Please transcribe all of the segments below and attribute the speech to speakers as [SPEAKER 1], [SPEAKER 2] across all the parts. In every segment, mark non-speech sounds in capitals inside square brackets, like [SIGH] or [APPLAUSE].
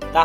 [SPEAKER 1] 大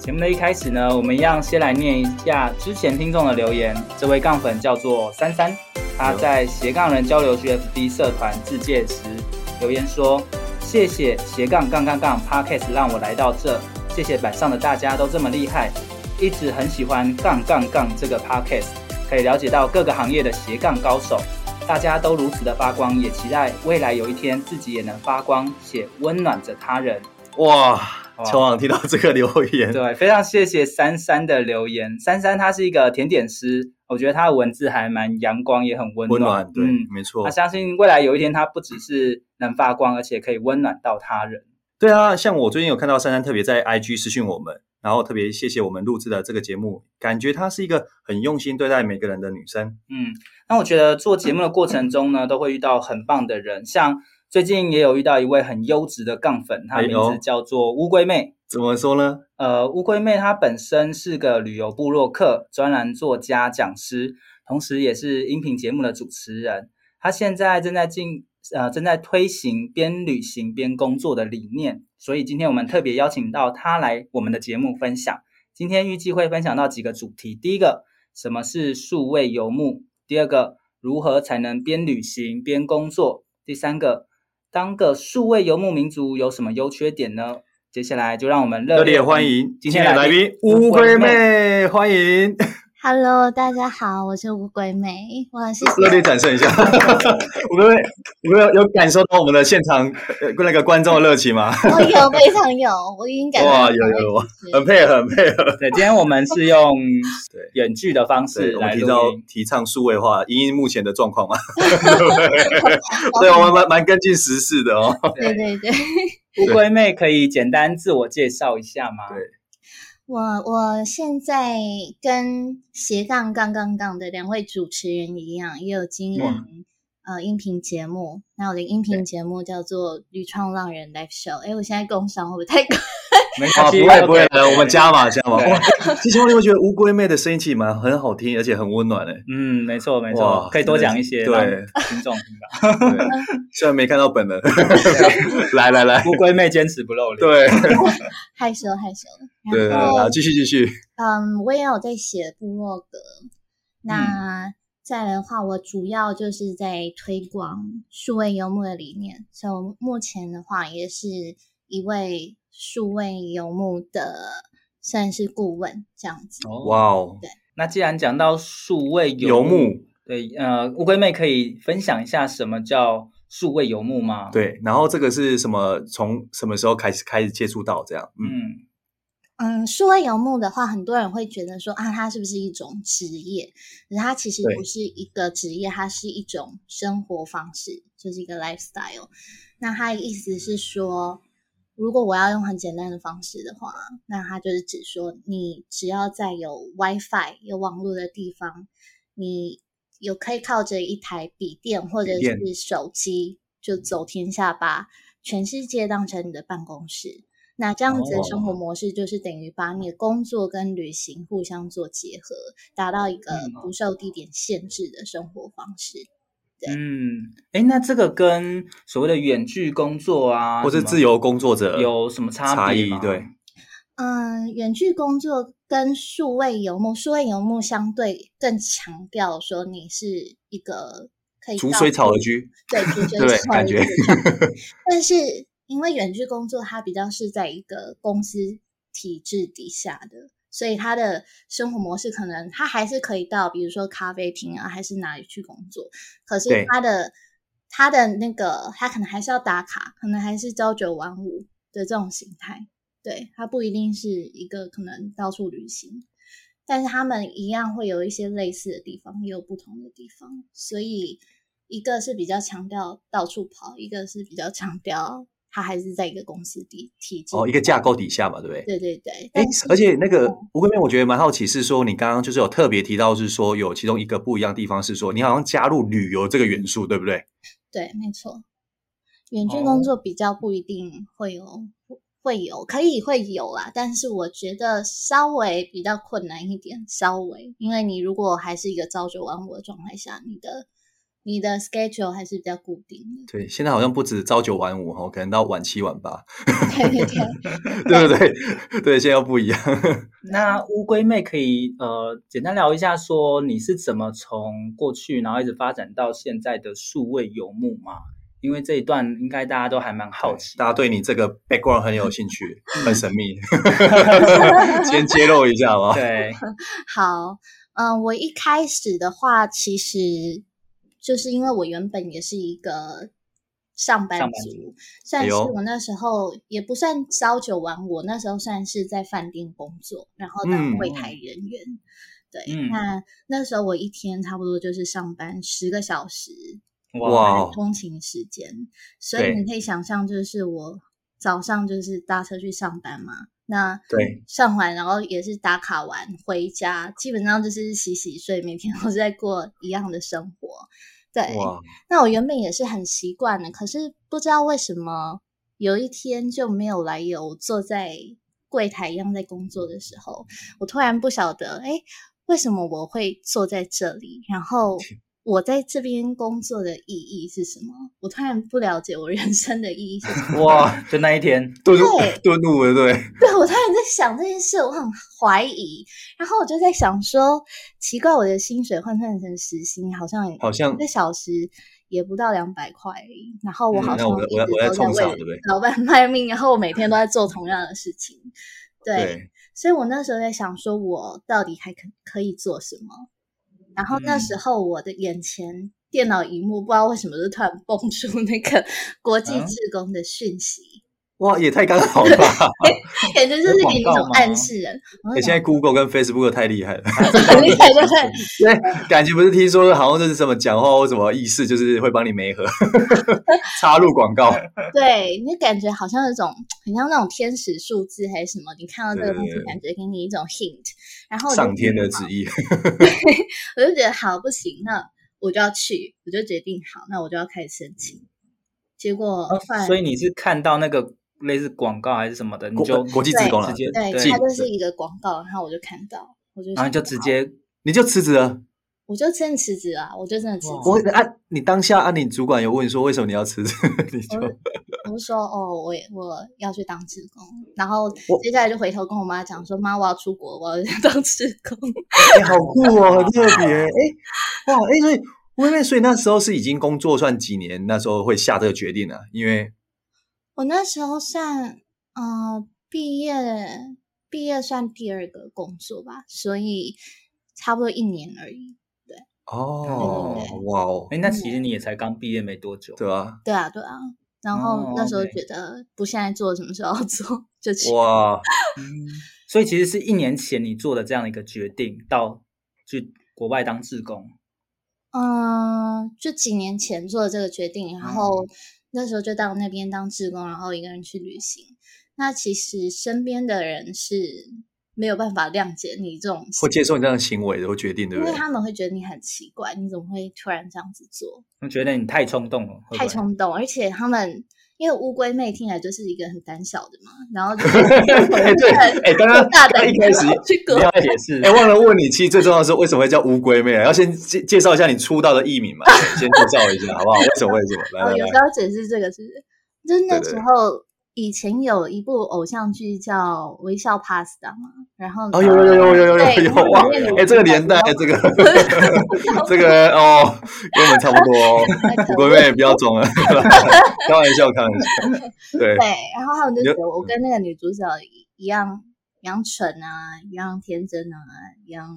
[SPEAKER 1] 节目的一开始呢，我们一样先来念一下之前听众的留言。这位杠粉叫做三三，他在斜杠人交流区 FB 社团自介时留言说：“谢谢斜杠杠杠杠 Podcast 让我来到这，谢谢板上的大家都这么厉害，一直很喜欢杠杠杠这个 Podcast，可以了解到各个行业的斜杠高手，大家都如此的发光，也期待未来有一天自己也能发光且温暖着他人。”
[SPEAKER 2] 哇，
[SPEAKER 1] 哇
[SPEAKER 2] 乔王听到这个留 [LAUGHS] 言，
[SPEAKER 1] 对，非常谢谢珊珊的留言。珊珊她是一个甜点师，我觉得她的文字还蛮阳光，也很温
[SPEAKER 2] 温
[SPEAKER 1] 暖。
[SPEAKER 2] 暖，啊对，
[SPEAKER 1] 嗯，
[SPEAKER 2] 没错
[SPEAKER 1] 她。相信未来有一天，她不只是能发光，而且可以温暖到他人。
[SPEAKER 2] 对啊，像我最近有看到珊珊特别在 IG 私讯我们，然后特别谢谢我们录制的这个节目，感觉她是一个很用心对待每个人的女生。
[SPEAKER 1] 嗯，那我觉得做节目的过程中呢，都会遇到很棒的人，像最近也有遇到一位很优质的杠粉，她的名
[SPEAKER 2] 哎
[SPEAKER 1] 字
[SPEAKER 2] 呦
[SPEAKER 1] 叫做乌龟妹。
[SPEAKER 2] 怎么说呢？
[SPEAKER 1] 呃，乌龟妹她本身是个旅游部落客、专栏作家、讲师，同时也是音频节目的主持人。她现在正在进呃正在推行边旅行边工作的理念，所以今天我们特别邀请到她来我们的节目分享。今天预计会分享到几个主题：第一个，什么是数位游牧；第二个，如何才能边旅行边工作；第三个，当个数位游牧民族有什么优缺点呢？接下来就让我们热
[SPEAKER 2] 热烈欢迎
[SPEAKER 1] 今
[SPEAKER 2] 今天
[SPEAKER 1] 天
[SPEAKER 2] 的
[SPEAKER 1] 的
[SPEAKER 2] 来
[SPEAKER 1] 来
[SPEAKER 2] 宾
[SPEAKER 1] 宾
[SPEAKER 2] 乌
[SPEAKER 1] 乌
[SPEAKER 2] 龟
[SPEAKER 1] 龟
[SPEAKER 2] 妹，欢迎！
[SPEAKER 3] Hello，大家好，我是乌龟妹，我很谢
[SPEAKER 2] 热烈
[SPEAKER 3] 谢。
[SPEAKER 2] 掌 [LAUGHS] 声一下，我们我们有有感受到我们的现场呃那个观众的热情吗？
[SPEAKER 3] 我有非常有，我已经感觉
[SPEAKER 2] 哇
[SPEAKER 3] 到
[SPEAKER 2] 有有有
[SPEAKER 3] 了
[SPEAKER 2] 很配合，很配合。
[SPEAKER 1] 对，今天我们是用
[SPEAKER 2] 对
[SPEAKER 1] 远距的方式
[SPEAKER 2] 对，我们
[SPEAKER 1] 来
[SPEAKER 2] 提
[SPEAKER 1] 录
[SPEAKER 2] 到
[SPEAKER 1] 音。
[SPEAKER 2] 提倡数位化，因应目前的状况
[SPEAKER 1] [LAUGHS]
[SPEAKER 2] 嘛。 [LAUGHS] 对，我们蛮蛮跟进时事
[SPEAKER 1] [LAUGHS]
[SPEAKER 2] 的哦。
[SPEAKER 3] 对对对，
[SPEAKER 1] 乌龟妹可以简单自我介绍一下吗？
[SPEAKER 2] 对
[SPEAKER 3] 我我现在跟斜杠杠杠杠的两位主持人一样，也有经营、呃音频节目。那我的音频节目叫做《屡创浪人 Live Show》。哎，我现在工商会不会太高？ [LAUGHS]
[SPEAKER 1] 没
[SPEAKER 2] 啊，
[SPEAKER 1] 关
[SPEAKER 2] 不
[SPEAKER 1] 系，
[SPEAKER 2] 会不会
[SPEAKER 1] OK
[SPEAKER 2] 的，我们加码加码。
[SPEAKER 1] 对
[SPEAKER 2] 哇其实我有没有觉得乌龟妹的声音其实蛮很好听，而且很温暖欸诶。
[SPEAKER 1] 嗯，没错没
[SPEAKER 2] 哇
[SPEAKER 1] 错，可以多讲一些
[SPEAKER 2] 真
[SPEAKER 1] 让 [LAUGHS]
[SPEAKER 2] 的是
[SPEAKER 1] 听众听到。
[SPEAKER 2] 对虽然没看到本人，
[SPEAKER 1] 对
[SPEAKER 2] [LAUGHS] 来来来，
[SPEAKER 1] 乌龟妹坚持不露脸。
[SPEAKER 2] 对 [LAUGHS]
[SPEAKER 3] 害羞害羞了。然
[SPEAKER 2] 对，
[SPEAKER 3] 后
[SPEAKER 2] 好，继续继续。
[SPEAKER 3] 嗯，我也有在写部落格。那、再来的话，我主要就是在推广数位游牧的理念，所以我目前的话也是一位数位游牧的算是顾问这样子。
[SPEAKER 2] 哇哦，
[SPEAKER 1] 那既然讲到数位
[SPEAKER 2] 游牧，
[SPEAKER 1] 对，呃，乌龟妹可以分享一下什么叫数位游牧吗？，
[SPEAKER 2] 对，然后这个是什么？从什么时候开始开始接触到这样？嗯，
[SPEAKER 1] 嗯，
[SPEAKER 3] 嗯，数位游牧的话，很多人会觉得说啊，它是不是一种职业？可是它其实
[SPEAKER 2] 对
[SPEAKER 3] 不是一个职业，它是一种生活方式，就是一个 lifestyle。那它的意思是说，如果我要用很简单的方式的话，那它就是指说，你只要在有 WiFi、有网络的地方，你有可以靠着一台笔电或者
[SPEAKER 2] 笔电
[SPEAKER 3] 是手机，就走天下，把全世界当成你的办公室。那这样子的生活模式就是等于把你的工作跟旅行互相做结合，达到一个
[SPEAKER 1] 嗯
[SPEAKER 3] 不受地点限制的生活方式。对
[SPEAKER 1] 嗯，哎，那这个跟所谓的远距工作啊，
[SPEAKER 2] 或是
[SPEAKER 1] 什么
[SPEAKER 2] 自由工作者
[SPEAKER 1] 有什么差
[SPEAKER 2] 差
[SPEAKER 1] 别
[SPEAKER 2] 异
[SPEAKER 1] 吗？
[SPEAKER 2] 对，
[SPEAKER 3] 嗯，远距工作跟数位游牧，数位游牧相对更强调说你是一个可以
[SPEAKER 2] 逐
[SPEAKER 3] 到
[SPEAKER 2] 水草
[SPEAKER 3] 处
[SPEAKER 2] 而居，
[SPEAKER 3] 对，主角
[SPEAKER 2] 对
[SPEAKER 3] 是
[SPEAKER 2] 感
[SPEAKER 3] 一
[SPEAKER 2] 觉
[SPEAKER 3] 个状态
[SPEAKER 2] [LAUGHS]
[SPEAKER 3] 但是因为远距工作，它比较是在一个公司体制底下的，所以他的生活模式可能他还是可以到，比如说咖啡厅啊，还是哪里去工作。可
[SPEAKER 2] 对
[SPEAKER 3] 是他的他的那个，他可能还是要打卡，可能还是朝九晚五的这种形态。对，他不一定是一个可能到处旅行。但是他们一样会有一些类似的地方，也有不同的地方，所以一个是比较强调到处跑，一个是比较强调它还是在一个公司底体制
[SPEAKER 2] 哦，一个架构底下嘛，对不对？
[SPEAKER 3] 对对对，
[SPEAKER 2] 哎
[SPEAKER 3] 但是，嗯
[SPEAKER 2] 而且那个吴贵妹，我觉得蛮好奇，是说你刚刚就是有特别提到，是说有其中一个不一样的地方是说你好像加入旅游这个元素，对不对？。
[SPEAKER 3] 对，没错，远距工作比较不一定会有、会有可以会有啦，但是我觉得稍微比较困难一点，稍微，因为你如果还是一个朝九晚五的状态下，你的你的 schedule 还是比较固定的 [LAUGHS]
[SPEAKER 2] 对，现在好像不止朝九晚五哦，可能到晚七晚八， [LAUGHS]
[SPEAKER 3] 对对对，
[SPEAKER 2] 对不对？ [LAUGHS] 对，现在又不一样。
[SPEAKER 1] 那乌龟妹可以呃简单聊一下，说你是怎么从过去然后一直发展到现在的数位游牧吗？因为这一段应该大家都还蛮好奇
[SPEAKER 2] 大家对你这个 background 很有兴趣，很神
[SPEAKER 3] [LAUGHS]
[SPEAKER 2] 秘，先揭露一下吧。
[SPEAKER 1] 对，
[SPEAKER 3] 好，嗯，我一开始的话，其实就是因为我原本也是一个上班
[SPEAKER 1] 上班
[SPEAKER 3] 族，算
[SPEAKER 2] 哎
[SPEAKER 3] 是
[SPEAKER 2] 呦
[SPEAKER 3] 我那时候也不算朝九晚五，我那时候算是在饭店工作，然后当
[SPEAKER 2] 嗯
[SPEAKER 3] 柜台人员。对，
[SPEAKER 1] 嗯
[SPEAKER 3] 那那时候我一天差不多就是上班十个小时，
[SPEAKER 2] 哇哦
[SPEAKER 3] 通勤时间，所以
[SPEAKER 2] 对
[SPEAKER 3] 你可以想象，就是我早上就是搭车去上班嘛，那
[SPEAKER 2] 对
[SPEAKER 3] 上完然后也是打卡完回家，基本上就是洗洗睡，每天都是在过一样的生活。对，
[SPEAKER 2] 哇，
[SPEAKER 3] 那我原本也是很习惯的，可是不知道为什么有一天就没有来由坐在柜台一样在工作的时候，我突然不晓得，哎，为什么我会坐在这里？然后我在这边工作的意义是什么？我突然不了解我人生的意义是什么。
[SPEAKER 1] 哇，就那一天，
[SPEAKER 2] 顿悟
[SPEAKER 3] 对
[SPEAKER 2] 顿悟了，对，
[SPEAKER 3] [LAUGHS] 对我突然在想这件事，我很怀疑，然后我就在想说，奇怪，我的薪水换算成时薪，好像也
[SPEAKER 2] 好像
[SPEAKER 3] 一个小时也不到两百块而已，然后我
[SPEAKER 2] 嗯
[SPEAKER 3] 好
[SPEAKER 2] 那
[SPEAKER 3] 像
[SPEAKER 2] 我在
[SPEAKER 3] 一
[SPEAKER 2] 我在
[SPEAKER 3] 直
[SPEAKER 2] 我在
[SPEAKER 3] 都
[SPEAKER 2] 冲
[SPEAKER 3] 为
[SPEAKER 2] 上对不对
[SPEAKER 3] 老板卖命，然后我每天都在做同样的事情，对，
[SPEAKER 2] 对
[SPEAKER 3] 所以我那时候在想，说我到底还可可以做什么？然后那
[SPEAKER 1] 嗯
[SPEAKER 3] 时候我的眼前电脑荧幕不知道为什么就突然蹦出那个国际
[SPEAKER 1] 啊
[SPEAKER 3] 职工的讯息，
[SPEAKER 2] 哇，也太刚好了吧！
[SPEAKER 3] 感觉就是给你一
[SPEAKER 1] 有广告
[SPEAKER 3] 种
[SPEAKER 1] 吗
[SPEAKER 3] 暗示人。我
[SPEAKER 2] 哎、
[SPEAKER 3] 就
[SPEAKER 2] 现在 Google 跟 Facebook 太厉害了，
[SPEAKER 3] 很厉害，对不对？
[SPEAKER 2] 对，感觉不是听说好像就是什么讲话或什么意思，就是会帮你媒合， [LAUGHS] 插入广告。 [LAUGHS]
[SPEAKER 3] 对，你就感觉好像有一种很像那种天使数字还是什么，你看到这个
[SPEAKER 2] 对
[SPEAKER 3] 东西
[SPEAKER 2] 对，对
[SPEAKER 3] 感觉给你一种 hint，然后我就
[SPEAKER 2] 上天的旨意，
[SPEAKER 3] 我就觉得好不行，那我就要去，我就决定好，那我就要开始申请。结果后来
[SPEAKER 1] 哦所以你是看到那个类似广告还是什么的，你
[SPEAKER 2] 国
[SPEAKER 1] 就
[SPEAKER 2] 呃国际职工了
[SPEAKER 1] 直，接
[SPEAKER 3] 对，
[SPEAKER 1] 对
[SPEAKER 3] 它就是一个广告，然后我就看到，我就
[SPEAKER 1] 然后你就
[SPEAKER 3] 想
[SPEAKER 1] 直
[SPEAKER 3] 好，
[SPEAKER 1] 接
[SPEAKER 2] 你就辞职了。
[SPEAKER 3] 我就真的辞职了，我就真的辞职
[SPEAKER 1] 哇。
[SPEAKER 2] 我啊，你当下啊，你主管有问说为什么你要辞职， [LAUGHS] 你就
[SPEAKER 3] 我就我就说哦，我也我要去当志工，然后接下来就回头跟我妈讲说，妈，我要出国，我要去当志工。
[SPEAKER 2] 哎、好酷哦，很特别。哎、哇，哎、所以薇薇，所以那时候是已经工作算几年，那时候会下这个决定啊，因为
[SPEAKER 3] 我那时候算，呃，毕业毕业算第二个工作吧，所以差不多一年而已。
[SPEAKER 2] 哦
[SPEAKER 3] 对对，
[SPEAKER 2] 哇哦，
[SPEAKER 1] 哎，那其实你也才刚毕业没多久，
[SPEAKER 2] 对啊，
[SPEAKER 3] 对啊，对啊。然后
[SPEAKER 1] 哦
[SPEAKER 3] 那时候
[SPEAKER 1] ，OK
[SPEAKER 3] 觉得不现在做，什么时候要做就去。
[SPEAKER 2] 哇，
[SPEAKER 1] 嗯所以其实是一年前你做的这样的一个决定，到去国外当志工，
[SPEAKER 3] 嗯、就几年前做的这个决定，然后那时候就到那边当志工，然后一个人去旅行。那其实身边的人是没有办法谅解你这种
[SPEAKER 2] 会
[SPEAKER 3] 行
[SPEAKER 2] 接受你这样的行为的，会决定对
[SPEAKER 3] 因
[SPEAKER 2] 不
[SPEAKER 3] 为
[SPEAKER 2] 对？
[SPEAKER 3] 他们会觉得你很奇怪，你怎么会突然这样子做？
[SPEAKER 1] 我觉得你太冲动了，会不
[SPEAKER 3] 太
[SPEAKER 1] 会
[SPEAKER 3] 冲动，而且他们因为乌龟妹听起来就是一个很胆小的嘛，
[SPEAKER 2] [LAUGHS]
[SPEAKER 3] 然后就是对
[SPEAKER 2] 哎刚刚
[SPEAKER 3] 大胆
[SPEAKER 2] 刚一开始
[SPEAKER 3] 去
[SPEAKER 1] 不
[SPEAKER 3] 国
[SPEAKER 1] 要解释
[SPEAKER 2] 哎、，忘了问你，其实最重要的是为什么会叫乌龟妹啊？要先介介绍一下你出道的艺名嘛，先介绍一下好不好？为什么？为什么？来
[SPEAKER 3] 哦，
[SPEAKER 2] 来
[SPEAKER 3] 有
[SPEAKER 2] 来
[SPEAKER 3] 时，候解释这个是，就是那
[SPEAKER 2] 对
[SPEAKER 3] 时
[SPEAKER 2] 对
[SPEAKER 3] 候以前有一部偶像剧叫《微笑 Pasta》嘛，然后
[SPEAKER 2] 哦，有有有有有有有
[SPEAKER 3] 对
[SPEAKER 2] 有哇！
[SPEAKER 3] 因为
[SPEAKER 2] 哎、
[SPEAKER 3] 我
[SPEAKER 2] 这个年代，这个 [LAUGHS] 这个哦，跟我们差不多哦。乌龟妹不要装了， [LAUGHS] 开玩笑，开玩笑。对，
[SPEAKER 3] 对，然后他们就
[SPEAKER 2] 你
[SPEAKER 3] 觉
[SPEAKER 2] 就
[SPEAKER 3] 得我跟那个女主角一一样，一样蠢啊，一样天真啊，一样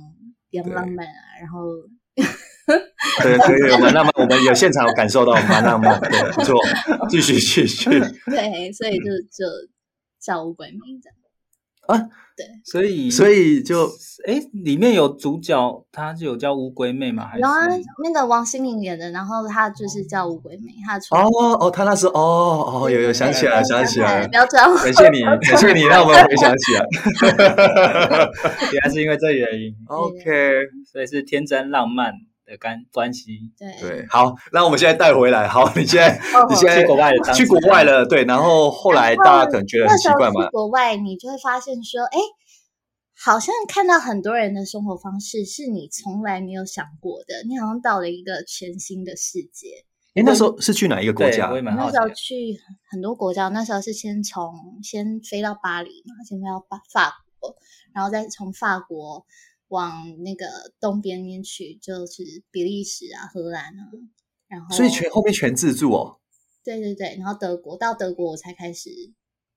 [SPEAKER 3] 一样浪
[SPEAKER 2] 对
[SPEAKER 3] 漫啊，然后
[SPEAKER 2] 对对对，蛮浪漫，我们有现场有感受到蛮浪漫，对，不错，继 [LAUGHS] 续继续。嗯
[SPEAKER 3] 对，所以就就叫乌龟妹这样。
[SPEAKER 1] 所以
[SPEAKER 2] 所以就
[SPEAKER 1] 哎，里面有主角，她就有叫乌龟妹吗？还是
[SPEAKER 3] 然后啊 [LAUGHS] 那个王心凌演的，然后她就是叫吴鬼梅，她出
[SPEAKER 2] 哦哦，他那时候哦哦，有有想起来了，想起来了
[SPEAKER 3] 不，要转我，
[SPEAKER 2] [LAUGHS] 感谢你，感谢你
[SPEAKER 3] 啊
[SPEAKER 2] 让我们回想起
[SPEAKER 3] [LAUGHS]
[SPEAKER 1] [LAUGHS]
[SPEAKER 2] 来。
[SPEAKER 1] 原来是因为这原因，
[SPEAKER 2] OK，
[SPEAKER 1] [LAUGHS]
[SPEAKER 3] 嗯
[SPEAKER 1] 所以是天真浪漫的干关系。
[SPEAKER 3] 对
[SPEAKER 2] 对，好，那我们现在带回来。好，你现在
[SPEAKER 3] 哦
[SPEAKER 2] 你现在
[SPEAKER 1] 去国外了当时
[SPEAKER 2] 去国外了，对，然后后来大家可能觉得很
[SPEAKER 3] 哎那
[SPEAKER 2] 奇
[SPEAKER 3] 时候
[SPEAKER 2] 怪嘛
[SPEAKER 3] 去，国外，你就会发现说，哎，好像看到很多人的生活方式是你从来没有想过的，你好像到了一个全新的世界。
[SPEAKER 2] 哎，那时候是去哪一个国
[SPEAKER 1] 对，
[SPEAKER 2] 家
[SPEAKER 1] 我也？蛮好
[SPEAKER 3] 那
[SPEAKER 1] 奇
[SPEAKER 3] 时候
[SPEAKER 1] 的。
[SPEAKER 3] 去很多国家，那时候是先从先飞到巴黎嘛，先飞到巴法国，然后再从法国往那个东边边去，就是比利时啊、荷兰啊，然后
[SPEAKER 2] 所以全后面全自助哦，
[SPEAKER 3] 对对对，然后德国到德国我才开始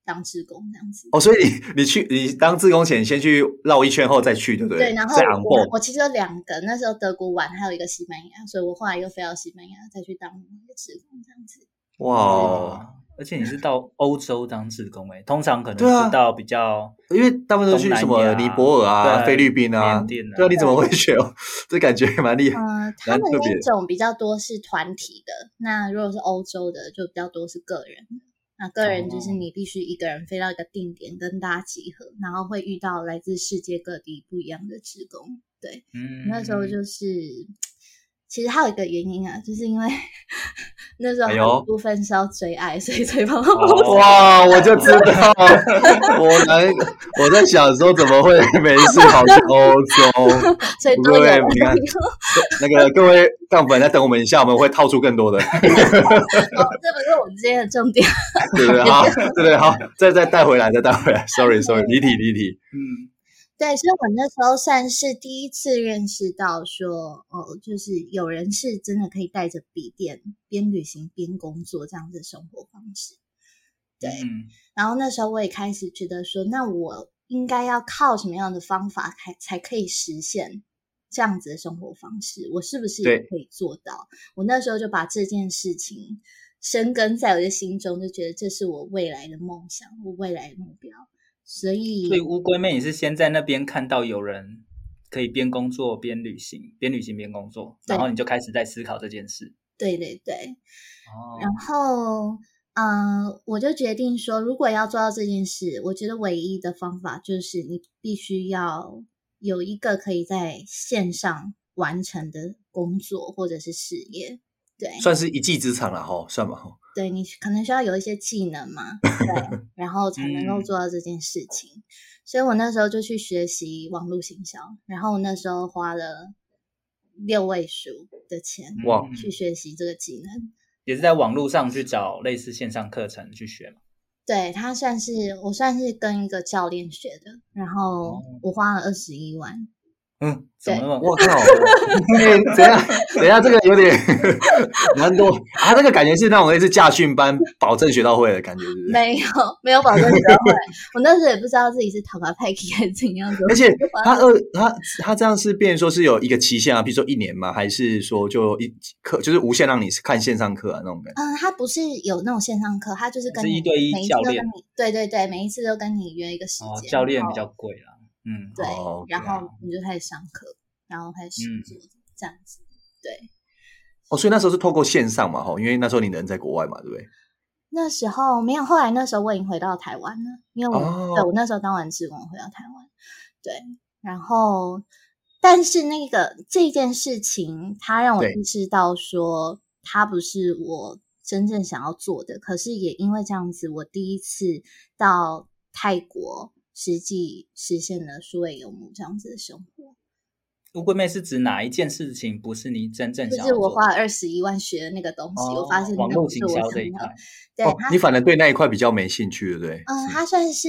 [SPEAKER 3] 当志工这样子。
[SPEAKER 2] 哦，所以你你去你当志工前先去绕一圈后再去，对不对？
[SPEAKER 3] 对，然后
[SPEAKER 2] 再 on
[SPEAKER 3] 我
[SPEAKER 2] board。
[SPEAKER 3] 我其实有两个，那时候德国玩，还有一个西班牙，所以我后来又飞到西班牙再去当那个职工这样子。
[SPEAKER 2] 哦哇，
[SPEAKER 1] 啊而且你是到欧洲当志工诶，通常可
[SPEAKER 2] 对啊
[SPEAKER 1] 能是到比较
[SPEAKER 3] 嗯
[SPEAKER 2] 因为大部分都去什么
[SPEAKER 1] 东南亚
[SPEAKER 2] 尼泊尔啊、
[SPEAKER 1] 对
[SPEAKER 2] 菲律宾啊
[SPEAKER 1] 缅，甸啊
[SPEAKER 2] 对啊，你怎么会学哦？ [LAUGHS] 这感觉蛮厉害。
[SPEAKER 3] 嗯、他
[SPEAKER 2] 蛮
[SPEAKER 3] 们
[SPEAKER 2] 特别
[SPEAKER 3] 那种比较多是团体的，那如果是欧洲的就比较多是个人。那个人就是
[SPEAKER 1] 哦
[SPEAKER 3] 你必须一个人飞到一个定点跟大家集合，然后会遇到来自世界各地不一样的职工。对，
[SPEAKER 1] 嗯，
[SPEAKER 3] 那时候就是，其实还有一个原因啊，就是因为 [LAUGHS] 那时候
[SPEAKER 2] 哎
[SPEAKER 3] 还
[SPEAKER 2] 呦
[SPEAKER 3] 有一部分是要追爱，所以才跑 [LAUGHS] 到
[SPEAKER 1] 哦
[SPEAKER 2] 哇，我就知道，我来我在想说怎么会没事跑去欧洲？
[SPEAKER 3] 所以
[SPEAKER 2] 不
[SPEAKER 3] 都有
[SPEAKER 2] 对你看那个各位杠粉在等我们一下，我们会套出更多的， [LAUGHS]
[SPEAKER 3] 哦这不是我们今天的重点。
[SPEAKER 2] 对不对？好，对不对？好，再再带回来，再带回来。Sorry，Sorry，离题离题。
[SPEAKER 1] 嗯，
[SPEAKER 3] 对，所以我那时候算是第一次认识到说，哦，就是有人是真的可以带着笔电边旅行边工作这样子的生活方式。对，
[SPEAKER 1] 嗯
[SPEAKER 3] 然后那时候我也开始觉得说，那我应该要靠什么样的方法才才可以实现这样子的生活方式？我是不是也
[SPEAKER 2] 对
[SPEAKER 3] 可以做到？我那时候就把这件事情深根在我的心中，就觉得这是我未来的梦想，我未来的目标。所以
[SPEAKER 1] 所以乌龟妹你是先在那边看到有人可以边工作边旅行，边旅行边工作，
[SPEAKER 3] 对
[SPEAKER 1] 然后你就开始在思考这件事。
[SPEAKER 3] 对对对，
[SPEAKER 1] 哦，
[SPEAKER 3] 然后，嗯，我就决定说，如果要做到这件事，我觉得唯一的方法就是你必须要有一个可以在线上完成的工作或者是事业。对，
[SPEAKER 2] 算是一技之长了哈，算吧哈。
[SPEAKER 3] 对你可能需要有一些技能
[SPEAKER 1] [LAUGHS]
[SPEAKER 3] 嘛，对，然后才能够
[SPEAKER 1] 嗯
[SPEAKER 3] 做到这件事情。所以我那时候就去学习网络行销，然后我那时候花了六位数的钱
[SPEAKER 2] 哇
[SPEAKER 1] 嗯
[SPEAKER 3] 去学习这个技能。
[SPEAKER 1] 也是在网络上去找类似线上课程去学嘛。
[SPEAKER 3] 对他算是我算是跟一个教练学的，然
[SPEAKER 1] 哦
[SPEAKER 3] 后我花了二十一万， [LAUGHS]
[SPEAKER 1] 嗯，怎么那么
[SPEAKER 2] 我靠！哎，等一下，等一下，这个有点 [LAUGHS] 蛮多啊。这个感觉是那种类似驾训班，保证学到会的感觉，是不是？
[SPEAKER 3] 没有没有保证学会，我那时候也不知道自己是塔巴派克还是怎样的，
[SPEAKER 2] 而且
[SPEAKER 3] 我
[SPEAKER 2] 他二他他这样是变成说是有一个期限啊，比如说一年吗？还是说就一课就是无限让你看线上课啊那种感觉？
[SPEAKER 3] 嗯，他不是有那种线上课，他就是跟
[SPEAKER 1] 是
[SPEAKER 3] 你
[SPEAKER 1] 一对一
[SPEAKER 3] 每次
[SPEAKER 1] 教
[SPEAKER 3] 都跟
[SPEAKER 1] 练
[SPEAKER 3] 你，对对对，每一次都跟你约一个时
[SPEAKER 1] 哦，
[SPEAKER 3] 间，
[SPEAKER 1] 教练
[SPEAKER 3] 然
[SPEAKER 1] 比较
[SPEAKER 3] 后
[SPEAKER 1] 贵啦。嗯，
[SPEAKER 3] 对，
[SPEAKER 2] 哦
[SPEAKER 3] 然
[SPEAKER 2] ，OK 啊
[SPEAKER 3] 后你就开始上课，然后开始
[SPEAKER 1] 嗯
[SPEAKER 3] 做、这样子，对，
[SPEAKER 2] 哦，所以那时候是透过线上嘛，吼，因为那时候你人在国外嘛，对不对？
[SPEAKER 3] 那时候没有，后来那时候我已经回到台湾了，因为我、
[SPEAKER 2] 哦
[SPEAKER 3] 对我那时候当完职工回到台湾，对，然后但是那个这件事情，它让我
[SPEAKER 2] 对
[SPEAKER 3] 意识到说，它不是我真正想要做的，可是也因为这样子，我第一次到泰国实际实现了数位游牧这样子的生活，
[SPEAKER 1] 乌龟妹是指哪一件事情不是你真正
[SPEAKER 3] 就
[SPEAKER 1] 想
[SPEAKER 3] 是
[SPEAKER 1] 要
[SPEAKER 3] 我
[SPEAKER 1] 做的？
[SPEAKER 3] 花了二十一万学的那个东西，
[SPEAKER 1] 哦
[SPEAKER 3] 我发现
[SPEAKER 1] 网
[SPEAKER 3] 那
[SPEAKER 1] 络
[SPEAKER 3] 不是
[SPEAKER 1] 行
[SPEAKER 3] 我
[SPEAKER 1] 销
[SPEAKER 3] 想
[SPEAKER 1] 这一
[SPEAKER 3] 要
[SPEAKER 1] 块
[SPEAKER 3] 的，，对，
[SPEAKER 2] 哦
[SPEAKER 3] 它，
[SPEAKER 2] 你反而对那一块比较没兴趣，对不对？
[SPEAKER 3] 嗯，
[SPEAKER 2] 是
[SPEAKER 3] 它算是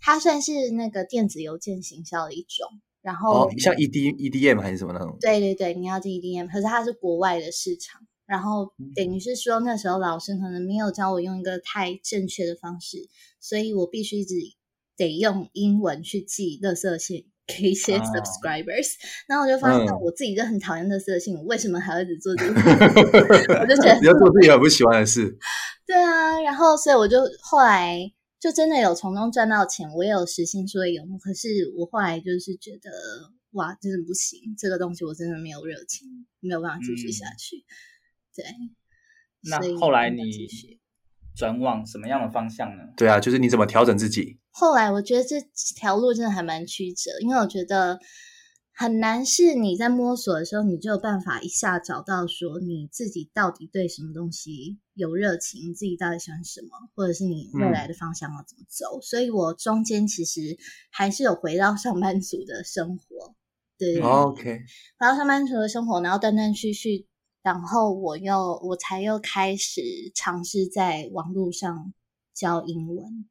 [SPEAKER 3] 它算是那个电子邮件行销的一种，然后、
[SPEAKER 2] 哦，像 E D E D M 还是什么那种？
[SPEAKER 3] 对对对，你要进 EDM，可是它是国外的市场，然后
[SPEAKER 2] 嗯
[SPEAKER 3] 等于是说那时候老师可能没有教我用一个太正确的方式，所以我必须一直得用英文去寄垃圾信。给一些
[SPEAKER 2] 啊
[SPEAKER 1] 哦
[SPEAKER 3] subscribers，、然后我就发现
[SPEAKER 2] 嗯
[SPEAKER 3] 我自己就很讨厌垃圾信，我为什么还要一直做这件 [LAUGHS] 事？我就觉
[SPEAKER 2] [LAUGHS]
[SPEAKER 3] 得
[SPEAKER 2] 你要做自己很不喜欢的事，
[SPEAKER 3] 对啊，然后所以我就后来就真的有从中赚到钱，我也有实心说有，可是我后来就是觉得，哇，真的不行，这个东西我真的没有热情，没有办法继续下去。对，所以
[SPEAKER 1] 嗯那后来
[SPEAKER 3] 没有
[SPEAKER 1] 你
[SPEAKER 3] 继续
[SPEAKER 1] 转往什么样的方向呢？
[SPEAKER 2] 对啊，就是你怎么调整自己？
[SPEAKER 3] 后来我觉得这条路真的还蛮曲折，因为我觉得很难是你在摸索的时候，你就有办法一下找到说你自己到底对什么东西有热情，你自己到底喜欢什么，或者是你未来的方向要怎么走。所以我中间其实还是有回到上班族的生活，对对对。
[SPEAKER 2] 哦 OK，
[SPEAKER 3] 然后上班族的生活，然后断断续续，然后我又我才又开始尝试在网络上教英文。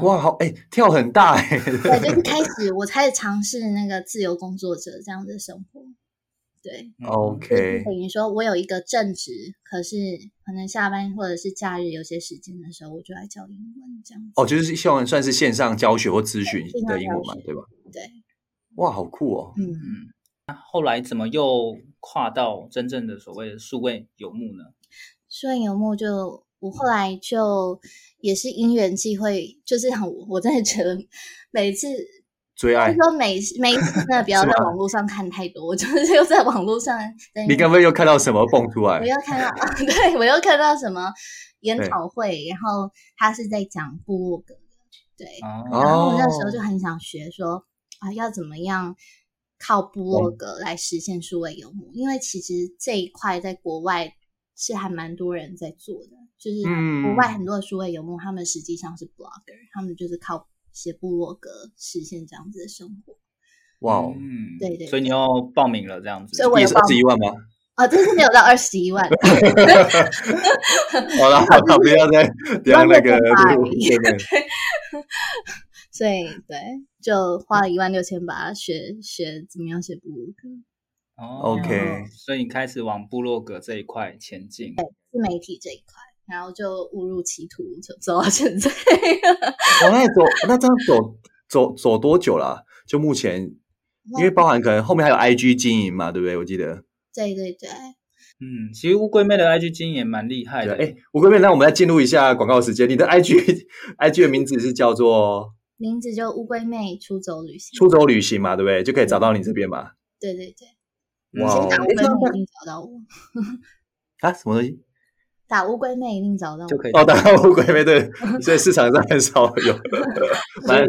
[SPEAKER 2] 哇，好哎，跳很大哎，
[SPEAKER 3] 对，就是开始我开始尝试那个自由工作者这样的生活。对，
[SPEAKER 1] 嗯
[SPEAKER 2] [LAUGHS] OK，
[SPEAKER 3] 等于说我有一个正职，可是可能下班或者是假日有些时间的时候，我就来教英文这样子。
[SPEAKER 2] 哦，就是像算是线上教学或咨询
[SPEAKER 3] 线上
[SPEAKER 2] 的英文嘛
[SPEAKER 3] 教，学
[SPEAKER 2] 对吧？
[SPEAKER 3] 对，
[SPEAKER 2] 哇，好酷哦！
[SPEAKER 3] 嗯，
[SPEAKER 1] 后来怎么又跨到真正的所谓的数位游牧呢？
[SPEAKER 3] 顺游牧就我后来就也是因缘际会，就是很我真的觉得每次
[SPEAKER 2] 最
[SPEAKER 3] 就
[SPEAKER 2] 爱，
[SPEAKER 3] 说每每一次真的不要
[SPEAKER 2] 哎是
[SPEAKER 3] 在
[SPEAKER 2] 吗
[SPEAKER 3] 网络上看太多，我就是又在网络上在那
[SPEAKER 2] 你该不会又看到什么蹦出来
[SPEAKER 3] 我？又看到， [LAUGHS] 啊、对我又看到什么研
[SPEAKER 2] 哎对
[SPEAKER 3] 讨会，然后他是在讲部落格的，对，
[SPEAKER 1] 哦，
[SPEAKER 2] 哦
[SPEAKER 3] 然后我那时候就很想学说啊，要怎么样靠部落
[SPEAKER 2] 嗯
[SPEAKER 3] 格来实现数位游牧，因为其实这一块在国外是还蛮多人在做的，就是
[SPEAKER 2] 嗯
[SPEAKER 3] 国外很多的数位游牧，他们实际上是 blogger，他们就是靠写部落格实现这样子的生活。
[SPEAKER 2] 哇哦，
[SPEAKER 1] 嗯
[SPEAKER 3] 对对
[SPEAKER 1] 所以你又报名了这样子，
[SPEAKER 3] 所以我
[SPEAKER 2] 也
[SPEAKER 3] 有
[SPEAKER 2] 是
[SPEAKER 3] 报
[SPEAKER 2] 二十一万吗？
[SPEAKER 3] 啊，这是没有到二十一万， [LAUGHS]
[SPEAKER 2] 好了好了，不要
[SPEAKER 3] [LAUGHS]
[SPEAKER 2] 再不要那个，对
[SPEAKER 3] 对
[SPEAKER 2] 对，
[SPEAKER 3] 所以对，就花了一万六千八学学怎么样写部落格，
[SPEAKER 1] 哦
[SPEAKER 3] 嗯
[SPEAKER 2] OK
[SPEAKER 1] 所以你开始往部落格这一块前进。
[SPEAKER 3] 自媒体这一块，然后就误入歧途，就走到现在。
[SPEAKER 2] 我哦那走那这样走走走多久了啊？就目前，因为包含可能后面还有 IG 经营嘛，对不对？我记得，
[SPEAKER 3] 对对对，
[SPEAKER 1] 嗯，其实乌龟妹的 IG 经营也蛮厉害
[SPEAKER 2] 对
[SPEAKER 1] 的。
[SPEAKER 2] 啊，哎，我这边那我们来进入一下广告时间。你的 [LAUGHS] IG IG 的名字是叫做
[SPEAKER 3] 名字就乌龟妹出走旅行。
[SPEAKER 2] 出走旅行嘛，对不对？就可以找到你这边嘛。
[SPEAKER 3] 对对
[SPEAKER 1] 嗯
[SPEAKER 3] 对，
[SPEAKER 2] 哇
[SPEAKER 3] 先
[SPEAKER 2] 哦
[SPEAKER 3] 打乌龟
[SPEAKER 2] 诶那
[SPEAKER 3] 妹一定找到我，
[SPEAKER 2] 啊，什么东西？
[SPEAKER 3] 打乌龟妹一定找到
[SPEAKER 1] 就
[SPEAKER 3] 我。
[SPEAKER 1] 可以
[SPEAKER 2] 哦，打到乌龟妹对，所以市场上很少 [LAUGHS] 有。
[SPEAKER 1] 所
[SPEAKER 2] 蛮
[SPEAKER 1] 以，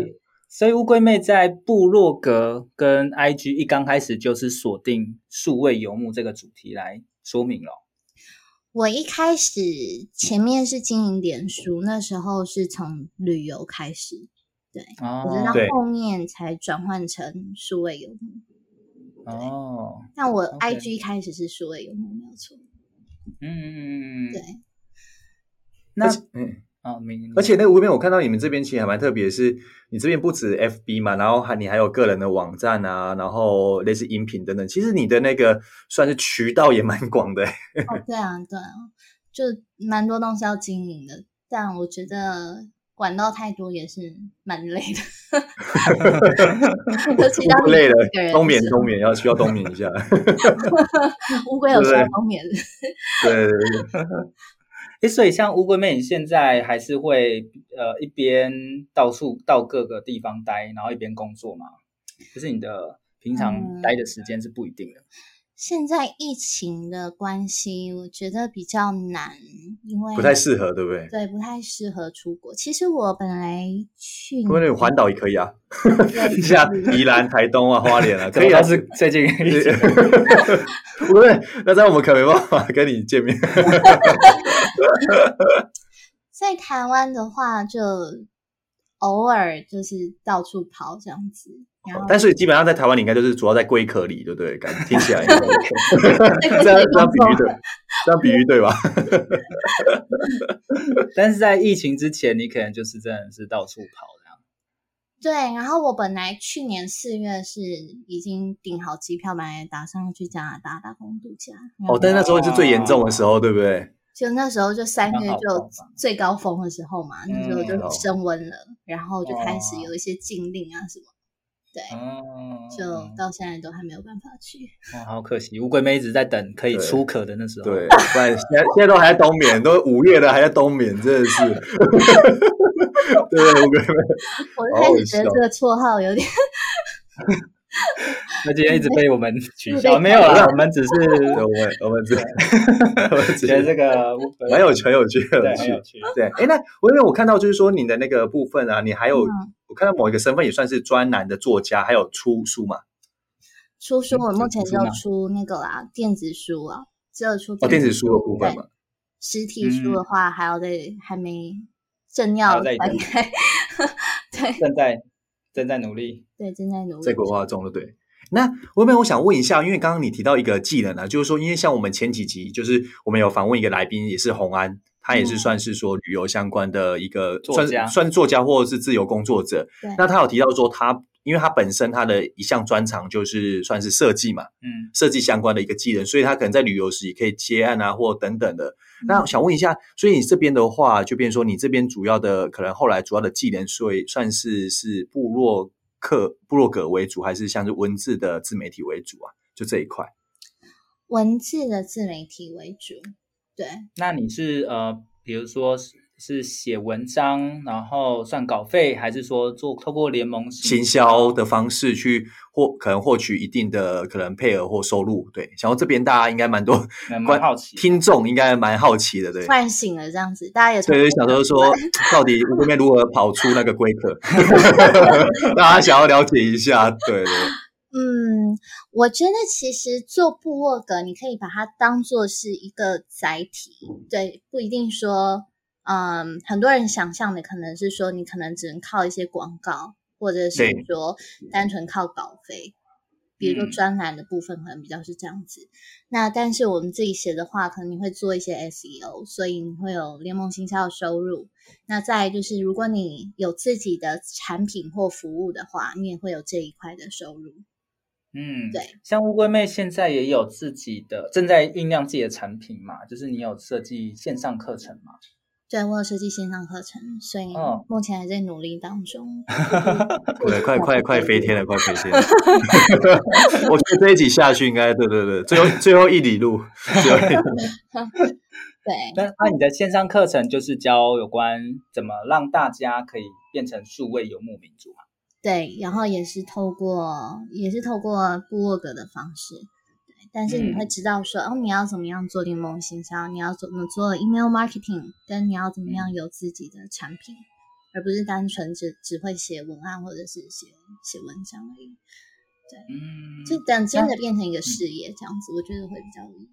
[SPEAKER 1] 所以乌龟妹在部落格跟 IG 一刚开始就是锁定数位游牧这个主题来说明了。
[SPEAKER 3] 我一开始前面是经营脸书，那时候是从旅游开始，我觉
[SPEAKER 1] 哦，
[SPEAKER 3] 得
[SPEAKER 2] 对
[SPEAKER 3] 到后面才转换成数位游牧。
[SPEAKER 1] 哦，
[SPEAKER 3] 但我
[SPEAKER 1] OK
[SPEAKER 3] IG 一开始是数位游牧，没有错。
[SPEAKER 1] 嗯，
[SPEAKER 3] 对，
[SPEAKER 1] 那
[SPEAKER 2] 嗯。
[SPEAKER 1] 哦，明，
[SPEAKER 2] 而且那个无边，我看到你们这边其实还蛮特别，是你这边不止 FB 嘛，然后还你还有个人的网站啊，然后类似音频等等。其实你的那个算是渠道也蛮广 [LAUGHS] 的、
[SPEAKER 3] 哦，对啊，对啊，就蛮多东西要经营的，但我觉得管道太多也是蛮
[SPEAKER 2] [LAUGHS]
[SPEAKER 3] 累的，尤其当
[SPEAKER 2] 不累了
[SPEAKER 3] 一个人，
[SPEAKER 2] 冬眠冬眠要需要冬眠一下。 [LAUGHS]
[SPEAKER 3] 乌龟有时
[SPEAKER 2] 对
[SPEAKER 3] 候
[SPEAKER 2] 不对
[SPEAKER 3] 冬眠，
[SPEAKER 2] 对对对对，
[SPEAKER 1] 诶，所以像乌龟妹，你现在还是会呃一边到处到各个地方待，然后一边工作吗？就是你的平常
[SPEAKER 3] 嗯
[SPEAKER 1] 待的时间是不一定的。
[SPEAKER 3] 现在疫情的关系，我觉得比较难，因为
[SPEAKER 2] 不太适合，对不对？
[SPEAKER 3] 对不太适合出国。其实我本来去
[SPEAKER 2] 因为那
[SPEAKER 3] 年
[SPEAKER 2] 个环岛也可以啊，[LAUGHS]
[SPEAKER 3] 对
[SPEAKER 2] 像宜兰、台东啊、花莲啊，可以啊
[SPEAKER 1] 但。是最
[SPEAKER 2] [LAUGHS]
[SPEAKER 1] 近
[SPEAKER 2] 不对，那这样我们可没办法跟你见 [LAUGHS] 面。
[SPEAKER 3] 在台湾的话，就偶尔就是到处跑这样子，然后
[SPEAKER 2] 但是基本上在台湾，你应该就是主要在龟壳里，对不对？感觉听起来 [LAUGHS]
[SPEAKER 3] 这
[SPEAKER 2] 这样这样比喻对，这样比喻对吧？
[SPEAKER 1] 但是在疫情之前，你可能就是真的是到处跑这样。
[SPEAKER 3] 对，然后我本来去年四月是已经订好机票，本来打算要去加拿大打工度假。
[SPEAKER 2] 哦，但是那时候是最严重的时候，对不对？
[SPEAKER 3] 就那时候就三
[SPEAKER 1] 刚
[SPEAKER 3] 月
[SPEAKER 1] 好爆
[SPEAKER 3] 就
[SPEAKER 1] 发
[SPEAKER 3] 最高峰的时候嘛，那时候
[SPEAKER 2] 嗯
[SPEAKER 3] 就升温了，然后就开始
[SPEAKER 1] 哦
[SPEAKER 3] 有一些禁令啊什么。对，
[SPEAKER 2] 嗯
[SPEAKER 1] 哦，
[SPEAKER 3] 就到现在都还没有办法
[SPEAKER 2] [LAUGHS]
[SPEAKER 3] 去。
[SPEAKER 1] 哦好可惜，乌龟妹一直在等可以
[SPEAKER 2] 对
[SPEAKER 1] 出壳的那时候。
[SPEAKER 2] 对， [LAUGHS] 不然现在现在都还在冬眠，都五月了还在冬眠，真的是对，我跟你们
[SPEAKER 3] 我开始觉得这个绰号有点
[SPEAKER 1] 那今天一直被我们取
[SPEAKER 3] 对
[SPEAKER 1] 消，没有啦，我们只是
[SPEAKER 2] 啊对我们我们只 [LAUGHS] 我们只
[SPEAKER 1] 觉得这个
[SPEAKER 2] 蛮有趣，很有趣，很 [LAUGHS] 有
[SPEAKER 1] 对，很
[SPEAKER 2] 趣
[SPEAKER 1] 有。趣。
[SPEAKER 2] 对，哎，那我因为我看到就是说你的那个部分啊，你还有、
[SPEAKER 3] 嗯
[SPEAKER 2] 我看到某一个身份也算是专栏的作家，还有出书嘛，
[SPEAKER 3] 出书。我目前
[SPEAKER 1] 出
[SPEAKER 3] 就
[SPEAKER 1] 哪
[SPEAKER 3] 出那个啦，电子书啊，只有出
[SPEAKER 2] 哦，电子书的部
[SPEAKER 3] 对
[SPEAKER 2] 分嘛，嗯
[SPEAKER 3] 实体书的话，还要再还没正要
[SPEAKER 1] 还在
[SPEAKER 3] 翻
[SPEAKER 1] 研究
[SPEAKER 3] 开，对
[SPEAKER 1] 正在正在努力。
[SPEAKER 3] 对，正在努力。
[SPEAKER 2] 在国画中了，对。那我没有我想问一下，因为刚刚你提到一个技能啊，就是说，因为像我们前几集，就是我们有访问一个来宾，也是洪安，他也是
[SPEAKER 3] 嗯
[SPEAKER 2] 算是说旅游相关的一个
[SPEAKER 1] 作
[SPEAKER 2] 算
[SPEAKER 1] 家
[SPEAKER 2] 算是作家或者是自由工作者，
[SPEAKER 3] 对，
[SPEAKER 2] 那他有提到说他，因为他本身他的一项专长就是算是设计嘛，
[SPEAKER 1] 嗯，
[SPEAKER 2] 设计相关的一个技能，所以他可能在旅游时也可以接案啊，或等等的。那
[SPEAKER 3] 嗯
[SPEAKER 2] 想问一下，所以你这边的话，就变成说你这边主要的可能后来主要的技能，所以算是是部落客部落格为主，还是像是文字的自媒体为主啊？就这一块。
[SPEAKER 3] 文字的自媒体为主，对，
[SPEAKER 1] 那你是呃，比如说是是写文章，然后算稿费，还是说做透过联盟
[SPEAKER 2] 行销的方式去获可能获取一定的可能配额或收入，对，然后这边大家应该蛮多
[SPEAKER 1] 蛮
[SPEAKER 2] 观
[SPEAKER 1] 好奇的
[SPEAKER 2] 听众应该蛮好奇的，对
[SPEAKER 3] 突，然醒了这样子，大家也从
[SPEAKER 2] 对，就想说
[SPEAKER 3] [LAUGHS]
[SPEAKER 2] 说到底我们如何跑出那个龟壳， [LAUGHS] 大家想要了解一下，对对，
[SPEAKER 3] 嗯，我觉得其实做部落格，你可以把它当做是一个载体，对，不一定说，嗯，很多人想象的可能是说，你可能只能靠一些广告，或者是
[SPEAKER 2] 对
[SPEAKER 3] 说单纯靠稿费，比如说
[SPEAKER 1] 嗯
[SPEAKER 3] 专栏的部分可能比较是这样子。那但是我们自己写的话，可能你会做一些 SEO，所以你会有联盟行销的收入。那再来就是，如果你有自己的产品或服务的话，你也会有这一块的收入。
[SPEAKER 1] 嗯，
[SPEAKER 3] 对，
[SPEAKER 1] 像乌龟妹现在也有自己的正在酝酿自己的产品嘛，就是你有设计线上课程嘛？
[SPEAKER 3] 对，我有设计线上课程，所以
[SPEAKER 1] 哦
[SPEAKER 3] 目前还在努力
[SPEAKER 1] [LAUGHS]
[SPEAKER 3] 当中。
[SPEAKER 2] 对，快快快飞天了，快飞
[SPEAKER 3] [LAUGHS]
[SPEAKER 2] 天了！我觉得这一集下去应该，对对对，最后最后一里路，最后一里路
[SPEAKER 3] 对，
[SPEAKER 1] 那那你的线上课程就是教有关怎么让大家可以变成数位游牧民族嘛？
[SPEAKER 3] 对，然后也是透过也是透过部落格的方式，对，但是你
[SPEAKER 1] 嗯
[SPEAKER 3] 会知道说，哦，你要怎么样做联盟行销，你要怎么做 email marketing，跟你要怎么
[SPEAKER 1] 嗯
[SPEAKER 3] 样有自己的产品，而不是单纯只只会写文案或者是写写文章而已。
[SPEAKER 1] 嗯，
[SPEAKER 3] 就等真的变成一个事业这样子，我觉得会比较有意义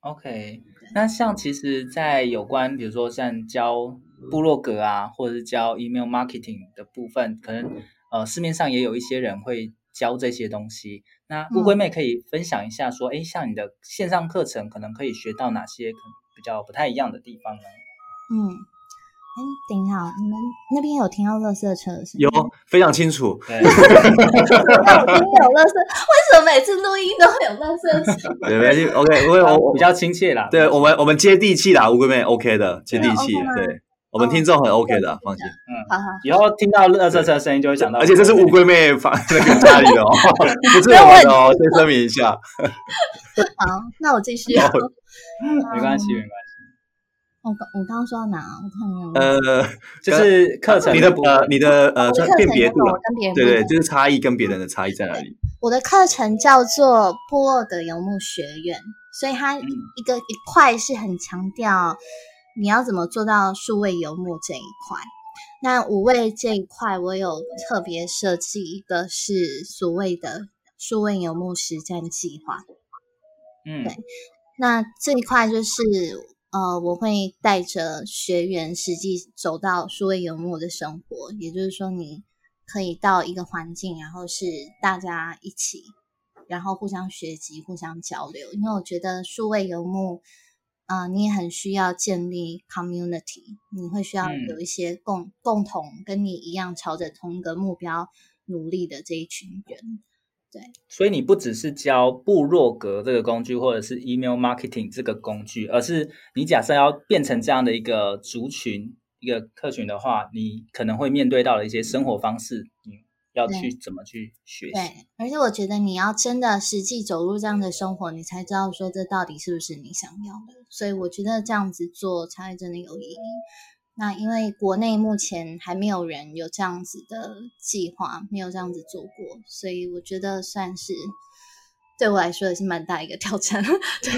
[SPEAKER 1] OK，那像其实，在有关比如说像教部落格啊，或者是教 email marketing 的部分，可能呃市面上也有一些人会教这些东西。那乌
[SPEAKER 2] 嗯
[SPEAKER 1] 龟妹可以分享一下，说，哎、像你的线上课程可能可以学到哪些可能比较不太一样的地方呢？
[SPEAKER 3] 嗯，哎，等一下哦，你们那边有听到垃圾车的声音
[SPEAKER 2] 有
[SPEAKER 3] 吗？
[SPEAKER 2] 非常清楚，
[SPEAKER 1] 对，
[SPEAKER 3] 那我今天有垃圾，为什么每次录音都会有垃圾声？
[SPEAKER 2] 对，没关系，OK，因为 [LAUGHS] 我我
[SPEAKER 1] 比较亲切啦。
[SPEAKER 2] 对我们我们接地气啦，乌龟妹 OK 的，接地气，
[SPEAKER 3] 真的 OK 吗
[SPEAKER 2] 对我们听众很
[SPEAKER 3] 哦
[SPEAKER 2] OK 的，放心。
[SPEAKER 3] [LAUGHS] 好好，
[SPEAKER 1] 以后听到垃圾车声音就会想到，
[SPEAKER 2] 而且这是乌龟妹房那个家里
[SPEAKER 3] [LAUGHS]
[SPEAKER 2] 的哦，不是我们的哦，先声明一下。
[SPEAKER 3] 好，那我继续。
[SPEAKER 2] 哦
[SPEAKER 1] 没关系，没关系，
[SPEAKER 3] 我刚我刚刚说到哪？啊我看没有。
[SPEAKER 2] 呃，
[SPEAKER 1] 就是课程
[SPEAKER 2] 你的
[SPEAKER 1] 部
[SPEAKER 2] 呃，你的呃，
[SPEAKER 3] 我的
[SPEAKER 2] 算
[SPEAKER 3] 课
[SPEAKER 2] 辨
[SPEAKER 3] 程
[SPEAKER 2] 别
[SPEAKER 3] 叫
[SPEAKER 2] 度
[SPEAKER 3] 做
[SPEAKER 2] 了
[SPEAKER 3] 我，跟别人
[SPEAKER 2] 对
[SPEAKER 3] 不一
[SPEAKER 2] 对，
[SPEAKER 3] 样
[SPEAKER 2] 就是差异跟别人的差异在哪里？
[SPEAKER 3] 我的课程叫做部落格游牧学院，所以它一个一块是很强调你要怎么做到数位游牧这一块。那五位这一块，我有特别设计一个是所谓的数位游牧实战计划。
[SPEAKER 1] 嗯
[SPEAKER 3] 对那这一块就是呃，我会带着学员实际走到数位游牧的生活，也就是说，你可以到一个环境，然后是大家一起，然后互相学习、互相交流。因为我觉得数位游牧，呃，你也很需要建立 community，你会需要
[SPEAKER 1] 嗯
[SPEAKER 3] 有一些共、共同跟你一样朝着同一个目标努力的这一群人。
[SPEAKER 1] 所以你不只是教部落格这个工具，或者是 email marketing 这个工具，而是你假设要变成这样的一个族群、一个客群的话，你可能会面对到的一些生活方式，你要去怎么去学习？
[SPEAKER 3] 对，而且我觉得你要真的实际走入这样的生活，你才知道说这到底是不是你想要的。所以我觉得这样子做才会真的有意义。那因为国内目前还没有人有这样子的计划，没有这样子做过，所以我觉得算是对我来说也是蛮大一个挑战。 [LAUGHS] 对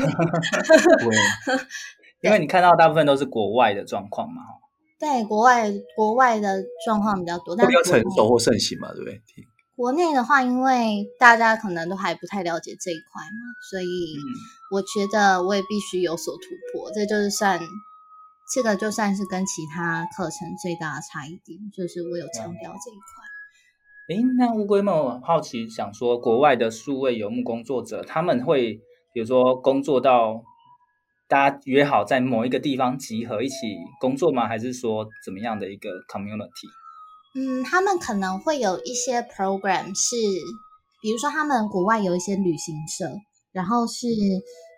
[SPEAKER 1] 因为你看到大部分都是国外的状况嘛，
[SPEAKER 3] 对，国外国外的状况比较多，
[SPEAKER 2] 会
[SPEAKER 3] 但
[SPEAKER 2] 比较
[SPEAKER 3] 国内
[SPEAKER 2] 成熟或盛行嘛，对不对？
[SPEAKER 3] 国内的话，因为大家可能都还不太了解这一块嘛，所以
[SPEAKER 1] 嗯
[SPEAKER 3] 我觉得我也必须有所突破。这就是算这个就算是跟其他课程最大的差异点，就是我有强调这一块。
[SPEAKER 1] 诶，那乌龟们，我好奇想说，国外的数位游牧工作者，他们会比如说工作到大家约好在某一个地方集合一起工作吗？还是说怎么样的一个 community？
[SPEAKER 3] 嗯，他们可能会有一些 program 是，比如说他们国外有一些旅行社，然后是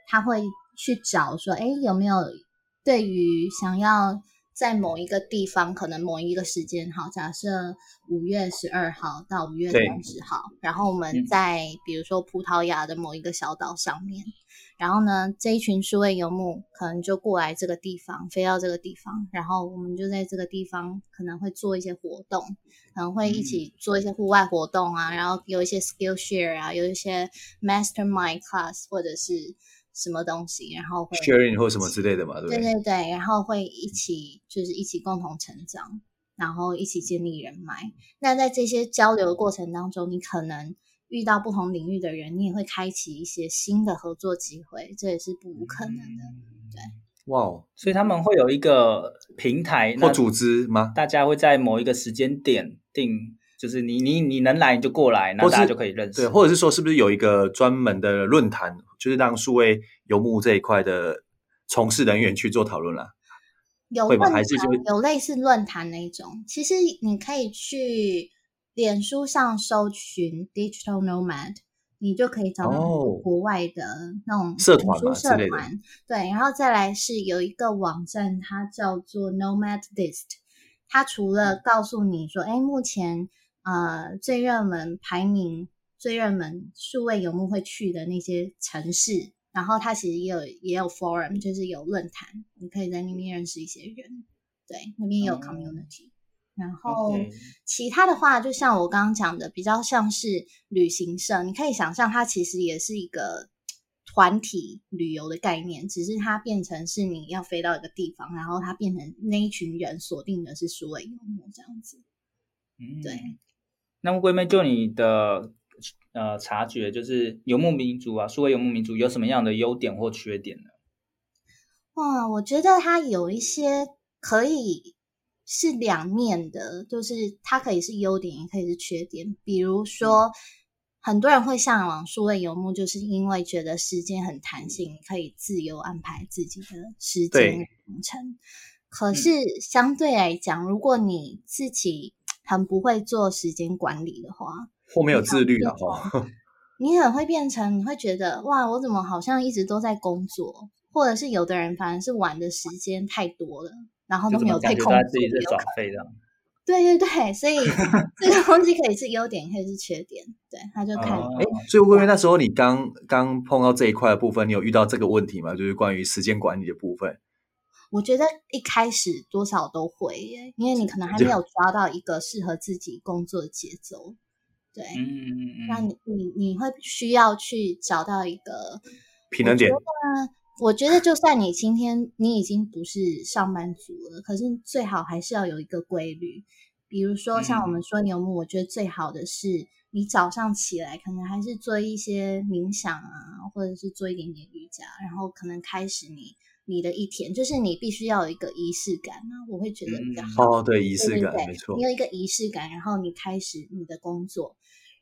[SPEAKER 3] 他会去找说，哎，有没有对于想要在某一个地方，可能某一个时间，好，假设五月十二号到五月
[SPEAKER 2] 对
[SPEAKER 3] 三十号，然后我
[SPEAKER 1] 嗯
[SPEAKER 3] 们在比如说葡萄牙的某一个小岛上面，然后呢，这一群数位游牧可能就过来这个地方，飞到这个地方，然后我们就在这个地方可能会做一些活动，可能会一起做一些户外活动啊，然后有一些 skill share 啊，有一些 mastermind class 或者是什么东西，然后会
[SPEAKER 2] Sharing 或什么之类的嘛，对不
[SPEAKER 3] 对对对，然后会一起就是一起共同成长，然后一起建立人脉。那在这些交流的过程当中，你可能遇到不同领域的人，你也会开启一些新的合作机会，这也是不无可能
[SPEAKER 2] 嗯
[SPEAKER 3] 的。
[SPEAKER 2] 哇哦，
[SPEAKER 1] 所以他们会有一个平台
[SPEAKER 2] 或
[SPEAKER 1] 那
[SPEAKER 2] 组织吗？
[SPEAKER 1] 大家会在某一个时间点定，就是你你你能来你就过来，然后
[SPEAKER 2] 或是
[SPEAKER 1] 大家就可以认识。
[SPEAKER 2] 对，或者是说，是不是有一个专门的论坛，就是让数位游牧这一块的从事人员去做讨论啦？
[SPEAKER 3] 有
[SPEAKER 2] 会
[SPEAKER 3] 论
[SPEAKER 2] 吗
[SPEAKER 3] 坛
[SPEAKER 2] 还是就
[SPEAKER 3] 有类似论坛那一种，其实你可以去脸书上搜寻 digital nomad，你就可以找到很多
[SPEAKER 2] 哦
[SPEAKER 3] 国外的那种
[SPEAKER 2] 社
[SPEAKER 3] 脸
[SPEAKER 2] 团
[SPEAKER 3] 书
[SPEAKER 2] 嘛
[SPEAKER 3] 社
[SPEAKER 2] 之类的
[SPEAKER 3] 团。对，然后再来是有一个网站，它叫做 Nomad List，它除
[SPEAKER 2] 嗯
[SPEAKER 3] 了告诉你说，哎，目前呃最热门排名、最热门数位游牧会去的那些城市，然后它其实也有也有 forum，就是有论坛，你可以在那边认识一些人。对，那边也有
[SPEAKER 1] 哦
[SPEAKER 3] community。然后
[SPEAKER 1] OK，
[SPEAKER 3] 其他的话，就像我刚刚讲的，比较像是旅行社，你可以想象它其实也是一个团体旅游的概念，只是它变成是你要飞到一个地方，然后它变成那一群人锁定的是所谓游牧这样子。
[SPEAKER 1] 嗯
[SPEAKER 3] 对。
[SPEAKER 1] 那乌龟妹，就你的呃察觉，就是游牧民族啊，数位游牧民族有什么样的优点或缺点呢？
[SPEAKER 3] 哇，我觉得它有一些可以是两面的，就是它可以是优点，也可以是缺点。比如说，很多人会向往数位游牧，就是因为觉得时间很弹性，可以自由安排自己的时间
[SPEAKER 2] 对
[SPEAKER 3] 行程。可是相对来讲，如果你自己很不会做时间管理的话，
[SPEAKER 2] 或没有
[SPEAKER 3] 啊
[SPEAKER 2] 自律的
[SPEAKER 3] 没有
[SPEAKER 2] 话，
[SPEAKER 3] 你很会变成，你会觉得哇，我怎么好像一直都在工作，或者是有的人反而是玩的时间太多了，然后
[SPEAKER 1] 就
[SPEAKER 3] 都
[SPEAKER 1] 怎
[SPEAKER 3] 没有
[SPEAKER 1] 么
[SPEAKER 3] 在
[SPEAKER 1] 感觉
[SPEAKER 3] 控
[SPEAKER 1] 到
[SPEAKER 3] 制
[SPEAKER 1] 自己在
[SPEAKER 3] 有
[SPEAKER 1] 耍废这样？
[SPEAKER 3] 对对对，所
[SPEAKER 1] [LAUGHS]
[SPEAKER 3] 以这个东西可以是优点，可以是缺点，对，他就
[SPEAKER 2] [LAUGHS]
[SPEAKER 3] 看
[SPEAKER 1] 哦
[SPEAKER 2] 哎，所以会不会那时候你刚刚碰到这一块的部分，你有遇到这个问题吗？就是关于时间管理的部分。
[SPEAKER 3] 我觉得一开始多少都会耶，因为你可能还没有抓到一个适合自己工作的节奏，对，
[SPEAKER 1] 嗯嗯
[SPEAKER 3] 那
[SPEAKER 1] 嗯。
[SPEAKER 3] 你你你会需要去找到一个
[SPEAKER 2] 平衡点。
[SPEAKER 3] 我觉得我觉得就算你今天你已经不是上班族了，可是最好还是要有一个规律。比如说像我们说游牧，我觉得最好的是你早上起来可能还是做一些冥想啊，或者是做一点点瑜伽，然后可能开始你你的一天，就是你必须要有一个仪式感啊，我会觉得比较
[SPEAKER 1] 嗯
[SPEAKER 3] 好。
[SPEAKER 2] 哦，对，仪式
[SPEAKER 3] 对对
[SPEAKER 2] 感
[SPEAKER 3] 对，，
[SPEAKER 2] 没错
[SPEAKER 3] 你。有一个仪式感，然后你开始你的工作，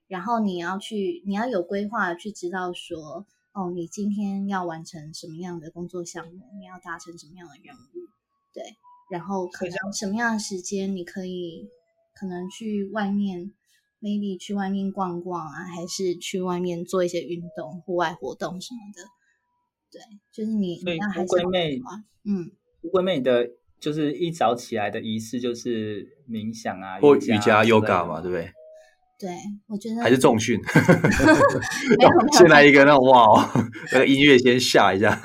[SPEAKER 3] 然后你要去，你要有规划去知道说，哦，你今天要完成什么样的工作项目，你要达成什么样的任务，对，然后可能什么样的时间你可以，可能去外面。maybe 去外面逛逛啊，还是去外面做一些运动、户外活动什么的，对，就是你
[SPEAKER 1] 所
[SPEAKER 3] 你
[SPEAKER 1] 以
[SPEAKER 3] 要还
[SPEAKER 1] 乌
[SPEAKER 3] 是
[SPEAKER 1] 龟
[SPEAKER 3] 要
[SPEAKER 1] 妹，
[SPEAKER 3] 划嗯，
[SPEAKER 1] 乌龟妹的，就是一早起来的仪式就是冥想啊，
[SPEAKER 2] 或
[SPEAKER 1] 瑜
[SPEAKER 2] 瑜伽、
[SPEAKER 1] 之类的
[SPEAKER 2] yoga 嘛，对不对？
[SPEAKER 3] 对，我觉得
[SPEAKER 2] 还是重训？ [LAUGHS]
[SPEAKER 3] 没有没有
[SPEAKER 2] 哦先来一个那种哇哦， [LAUGHS]
[SPEAKER 3] [LAUGHS]
[SPEAKER 2] 那个音乐先下一下。
[SPEAKER 3] [LAUGHS]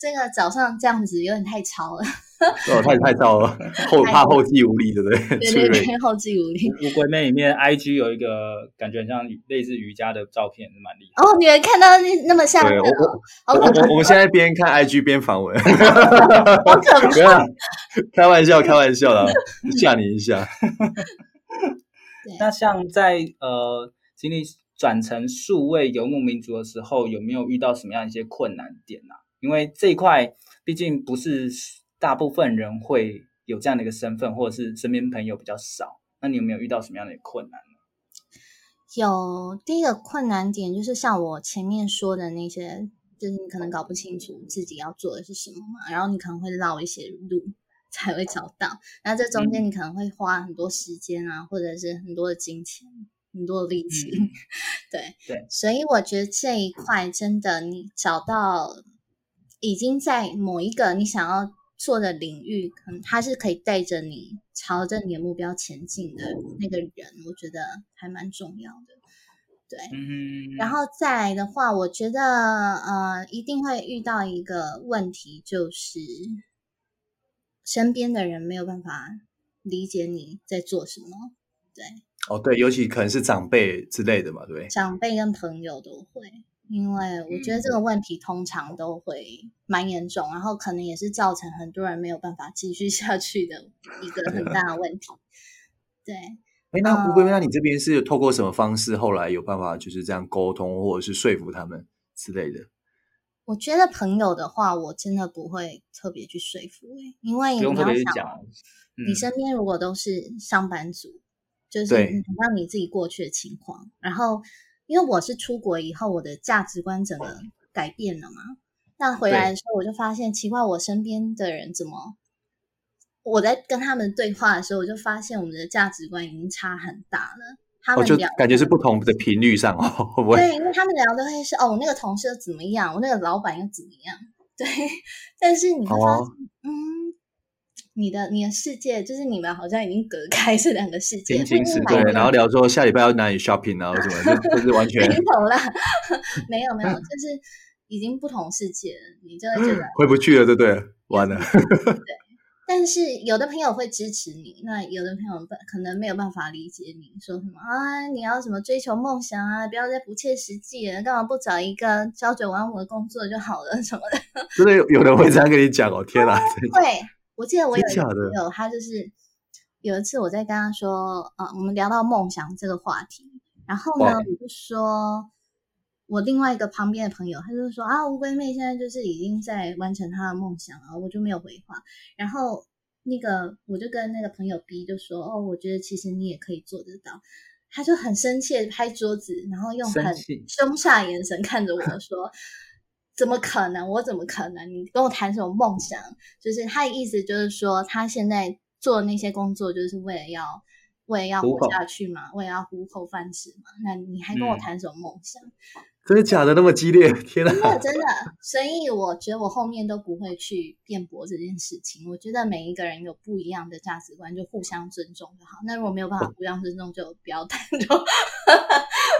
[SPEAKER 3] 这个早上这样子有点太吵了。
[SPEAKER 2] 哦，太太糟了，后怕后继无力，对不对？ [LAUGHS]
[SPEAKER 3] 对
[SPEAKER 2] 去
[SPEAKER 3] 对
[SPEAKER 2] 了
[SPEAKER 3] 对，后继无力。
[SPEAKER 1] 乌龟妹里面 IG 有一个感觉很像类似瑜伽的照片，蛮厉害。
[SPEAKER 3] 哦，你们看到那那么哦像
[SPEAKER 2] 对
[SPEAKER 3] 那
[SPEAKER 2] 我
[SPEAKER 3] 个
[SPEAKER 2] 我
[SPEAKER 3] 好
[SPEAKER 2] 我
[SPEAKER 3] 可
[SPEAKER 2] 我我们现在边看 IG 边访
[SPEAKER 3] [LAUGHS]
[SPEAKER 2] 问，
[SPEAKER 3] 好可怕！
[SPEAKER 2] 不要开玩笑，开玩笑啦，吓你一下。
[SPEAKER 1] 那像在呃经历转成数位游牧民族的时候，有没有遇到什么样一些困难点啊？因为这一块毕竟不是大部分人会有这样的一个身份，或者是身边朋友比较少。那你有没有遇到什么样的困难？
[SPEAKER 3] 有第一个困难点就是像我前面说的那些，就是你可能搞不清楚自己要做的是什么嘛，然后你可能会绕一些路才会找到，那这中间你可能会花很多时间啊，或者是很多的金钱、很多的力气，
[SPEAKER 1] 嗯
[SPEAKER 3] [LAUGHS] 对
[SPEAKER 1] 对
[SPEAKER 3] 所以我觉得这一块真的，你找到已经在某一个你想要做的领域，可能他是可以带着你朝着你的目标前进的那个人，我觉得还蛮重要的。对，
[SPEAKER 1] 嗯，
[SPEAKER 3] 然后再来的话，我觉得呃，一定会遇到一个问题，就是身边的人没有办法理解你在做什么。
[SPEAKER 2] 哦，对，尤其可能是长辈之类的嘛，对不对？
[SPEAKER 3] 长辈跟朋友都会，因为我觉得这
[SPEAKER 1] 嗯
[SPEAKER 3] 个问题通常都会蛮严重，然后可能也是造成很多人没有办法继续下去的一个很大的问题。对，
[SPEAKER 2] 哎，那
[SPEAKER 3] 嗯
[SPEAKER 2] 乌龟，那你这边是透过什么方式，后来有办法就是这样沟通，或者是说服他们之类的？
[SPEAKER 3] 我觉得朋友的话，我真的不会特别去说服、欸，因为
[SPEAKER 1] 不
[SPEAKER 3] 你要
[SPEAKER 1] 用特别去
[SPEAKER 3] 想
[SPEAKER 1] 讲
[SPEAKER 3] 哦，。
[SPEAKER 1] 嗯
[SPEAKER 3] 你身边如果都是上班族，就是
[SPEAKER 2] 对
[SPEAKER 3] 你让你自己过去的情况，然后因为我是出国以后，我的价值观整个改变了嘛。那回来的时候，我就发现奇怪，我身边的人怎么，我在跟他们对话的时候，我就发现我们的价值观已经差很大了。他
[SPEAKER 2] 哦，
[SPEAKER 3] 们
[SPEAKER 2] 就
[SPEAKER 3] 聊
[SPEAKER 2] 感觉是不同的频率上哦，会不会？
[SPEAKER 3] 对，因为他们聊的会是哦，我那个同事又怎么样，我那个老板又怎么样， [LAUGHS] 对。但是你会发现，
[SPEAKER 2] 哦
[SPEAKER 3] 嗯，你的你的世界就是你们好像已经隔开这两个世界，
[SPEAKER 1] 平行
[SPEAKER 3] 不一
[SPEAKER 1] 时
[SPEAKER 3] 定
[SPEAKER 1] 对
[SPEAKER 2] 对
[SPEAKER 3] 买，
[SPEAKER 2] 然后聊说下礼拜要哪里 shopping 啊，或什么，就就是完
[SPEAKER 3] [LAUGHS]
[SPEAKER 2] 全
[SPEAKER 3] 没有啦，没有没有，就是已经不同世界了，你就会觉得。
[SPEAKER 2] 回不去了，对不对？完
[SPEAKER 3] [LAUGHS]
[SPEAKER 2] 了，
[SPEAKER 3] 但是有的朋友会支持你，那有的朋友不可能没有办法理解你说什么啊，你要什么追求梦想啊，不要再不切实际了，干嘛不找一个朝九晚五的工作就好了什么的。
[SPEAKER 2] 真的有有人会这样跟你讲哦，天哪！真的
[SPEAKER 3] 对，我记得我有一
[SPEAKER 2] 真假
[SPEAKER 3] 个
[SPEAKER 2] 的
[SPEAKER 3] 朋友，他就是有一次我在跟他说，呃，我们聊到梦想这个话题，然后呢，
[SPEAKER 2] 哇
[SPEAKER 3] 我就说，我另外一个旁边的朋友，他就说啊，乌龟妹现在就是已经在完成她的梦想了，我就没有回话。然后那个我就跟那个朋友 B 就说，哦，我觉得其实你也可以做得到。他就很生气的拍桌子，然后用
[SPEAKER 1] 生
[SPEAKER 3] 很
[SPEAKER 1] 气
[SPEAKER 3] 凶煞的眼神看着我说：“ [LAUGHS] 怎么可能？我怎么可能？你跟我谈什么梦想？”就是他的意思，就是说他现在做的那些工作，就是为了要为了要
[SPEAKER 1] 糊口
[SPEAKER 3] 活下去嘛，为了要糊口饭吃嘛。那你还跟我
[SPEAKER 1] 嗯
[SPEAKER 3] 谈什么梦想？
[SPEAKER 2] 真的假的？那么激烈，天啊哪！
[SPEAKER 3] 真的真的，所以我觉得我后面都不会去辩驳这件事情。我觉得每一个人有不一样的价值观，就互相尊重就好。那如果没有办法互相尊重，就不要谈就好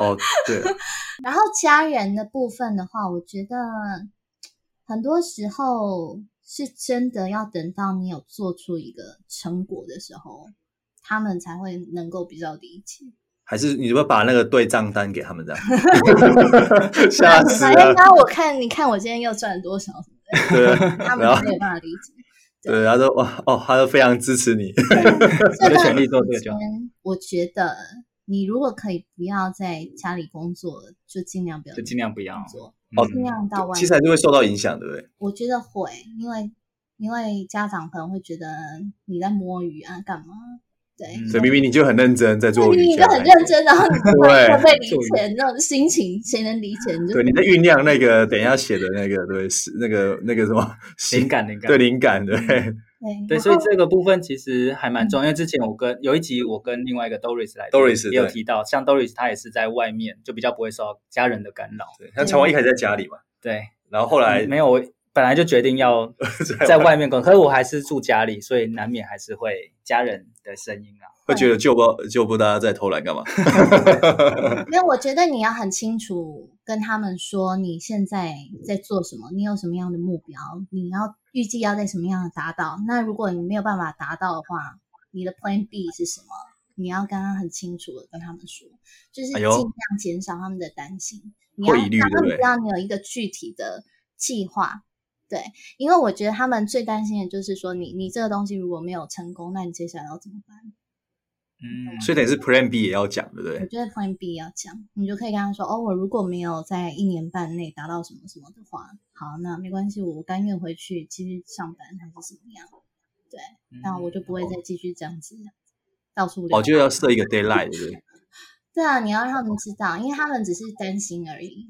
[SPEAKER 2] 哦，对，
[SPEAKER 3] 然后家人的部分的话，我觉得很多时候是真的要等到你有做出一个成果的时候，他们才会能够比较理解。
[SPEAKER 2] 还是你要把那个对账单给他们这
[SPEAKER 3] [LAUGHS]
[SPEAKER 2] 样，吓死
[SPEAKER 1] 啊
[SPEAKER 3] 反
[SPEAKER 2] 了
[SPEAKER 3] 正！刚刚我看，你看我今天又赚了
[SPEAKER 1] [LAUGHS]
[SPEAKER 3] 多少，
[SPEAKER 2] 对，
[SPEAKER 3] 他们
[SPEAKER 2] 然后
[SPEAKER 3] 就没有办法理解。
[SPEAKER 2] 对，他说哇哦，他说非常支持你，
[SPEAKER 1] 啊我
[SPEAKER 3] 这
[SPEAKER 1] 就
[SPEAKER 3] 段
[SPEAKER 1] 全力做这个
[SPEAKER 3] 时
[SPEAKER 1] 就
[SPEAKER 3] 间
[SPEAKER 1] 好。，
[SPEAKER 3] 我觉得你如果可以不要在家里工作，就尽量不要
[SPEAKER 1] 就尽量不要嗯
[SPEAKER 3] 做，
[SPEAKER 2] 哦
[SPEAKER 3] 尽量到外
[SPEAKER 2] 其
[SPEAKER 3] 面
[SPEAKER 2] 实还是会受到影响，对不对？
[SPEAKER 3] 我觉得会，因为因为家长可能会觉得你在摸鱼啊，干嘛？对，
[SPEAKER 1] 嗯
[SPEAKER 2] 所以明明你就很认真在做
[SPEAKER 3] 那
[SPEAKER 2] 瑜
[SPEAKER 3] 啊你
[SPEAKER 2] 伽
[SPEAKER 3] 就，很认真，
[SPEAKER 1] [LAUGHS]
[SPEAKER 3] 然后你不会被理
[SPEAKER 1] 做瑜
[SPEAKER 3] 解那种心情，谁能理解？你就
[SPEAKER 2] 对，你在酝酿那个等一下写的那个，对，是那个那个什么
[SPEAKER 1] 灵，感灵感
[SPEAKER 2] 对灵感，对，
[SPEAKER 3] 对
[SPEAKER 1] 对，
[SPEAKER 3] 然
[SPEAKER 1] 所以
[SPEAKER 3] 后嗯
[SPEAKER 1] 这个部分其实还蛮重要，因为之前我跟有一集我跟另外一个 Doris 来
[SPEAKER 2] Doris，
[SPEAKER 1] 也有
[SPEAKER 2] 对
[SPEAKER 1] 提到，像 Doris 她也是在外面，就比较不会受到家人的干扰。
[SPEAKER 2] 对。像乔王一开始在家里嘛，
[SPEAKER 1] 对，
[SPEAKER 2] 然后后来
[SPEAKER 1] 嗯没有，我本来就决定
[SPEAKER 2] [LAUGHS]
[SPEAKER 1] 要在外面工作，可是我还是住家里，所以难免还是会家人的声音啊。
[SPEAKER 2] 会觉得救不救不大家在偷懒干嘛？
[SPEAKER 3] 没有，我觉得你要很清楚跟他们说你现在在做什么，你有什么样的目标，你要预计要在什么样的达到。那如果你没有办法达到的话，你的 Plan B 是什么？你要刚刚很清楚的跟他们说，就是
[SPEAKER 2] 哎
[SPEAKER 3] 尽
[SPEAKER 2] 呦
[SPEAKER 3] 量减少他们的担心。你要
[SPEAKER 2] 会疑虑
[SPEAKER 3] 让他
[SPEAKER 2] 对不对
[SPEAKER 3] 们知道你有一个具体的计划。对，因为我觉得他们最担心的就是说你，你这个东西如果没有成功，那你接下来要怎么办？
[SPEAKER 1] 嗯，
[SPEAKER 2] 所以等于是 Plan B 也要讲，对不
[SPEAKER 3] 我
[SPEAKER 2] 对？
[SPEAKER 3] 觉得 Plan B 要讲，你就可以跟他说：“哦，我如果没有在一年半内达到什么什么的话，好，那没关系，我甘愿回去继续上班还是怎么样，那
[SPEAKER 1] 嗯
[SPEAKER 3] 我就不会再继续这样子到处
[SPEAKER 2] 嗯
[SPEAKER 3] 聊。
[SPEAKER 2] 哦，就要设一个 d a y l i g h t 对不对？
[SPEAKER 3] 对啊，你要让他们知道，因为他们只是担心而已。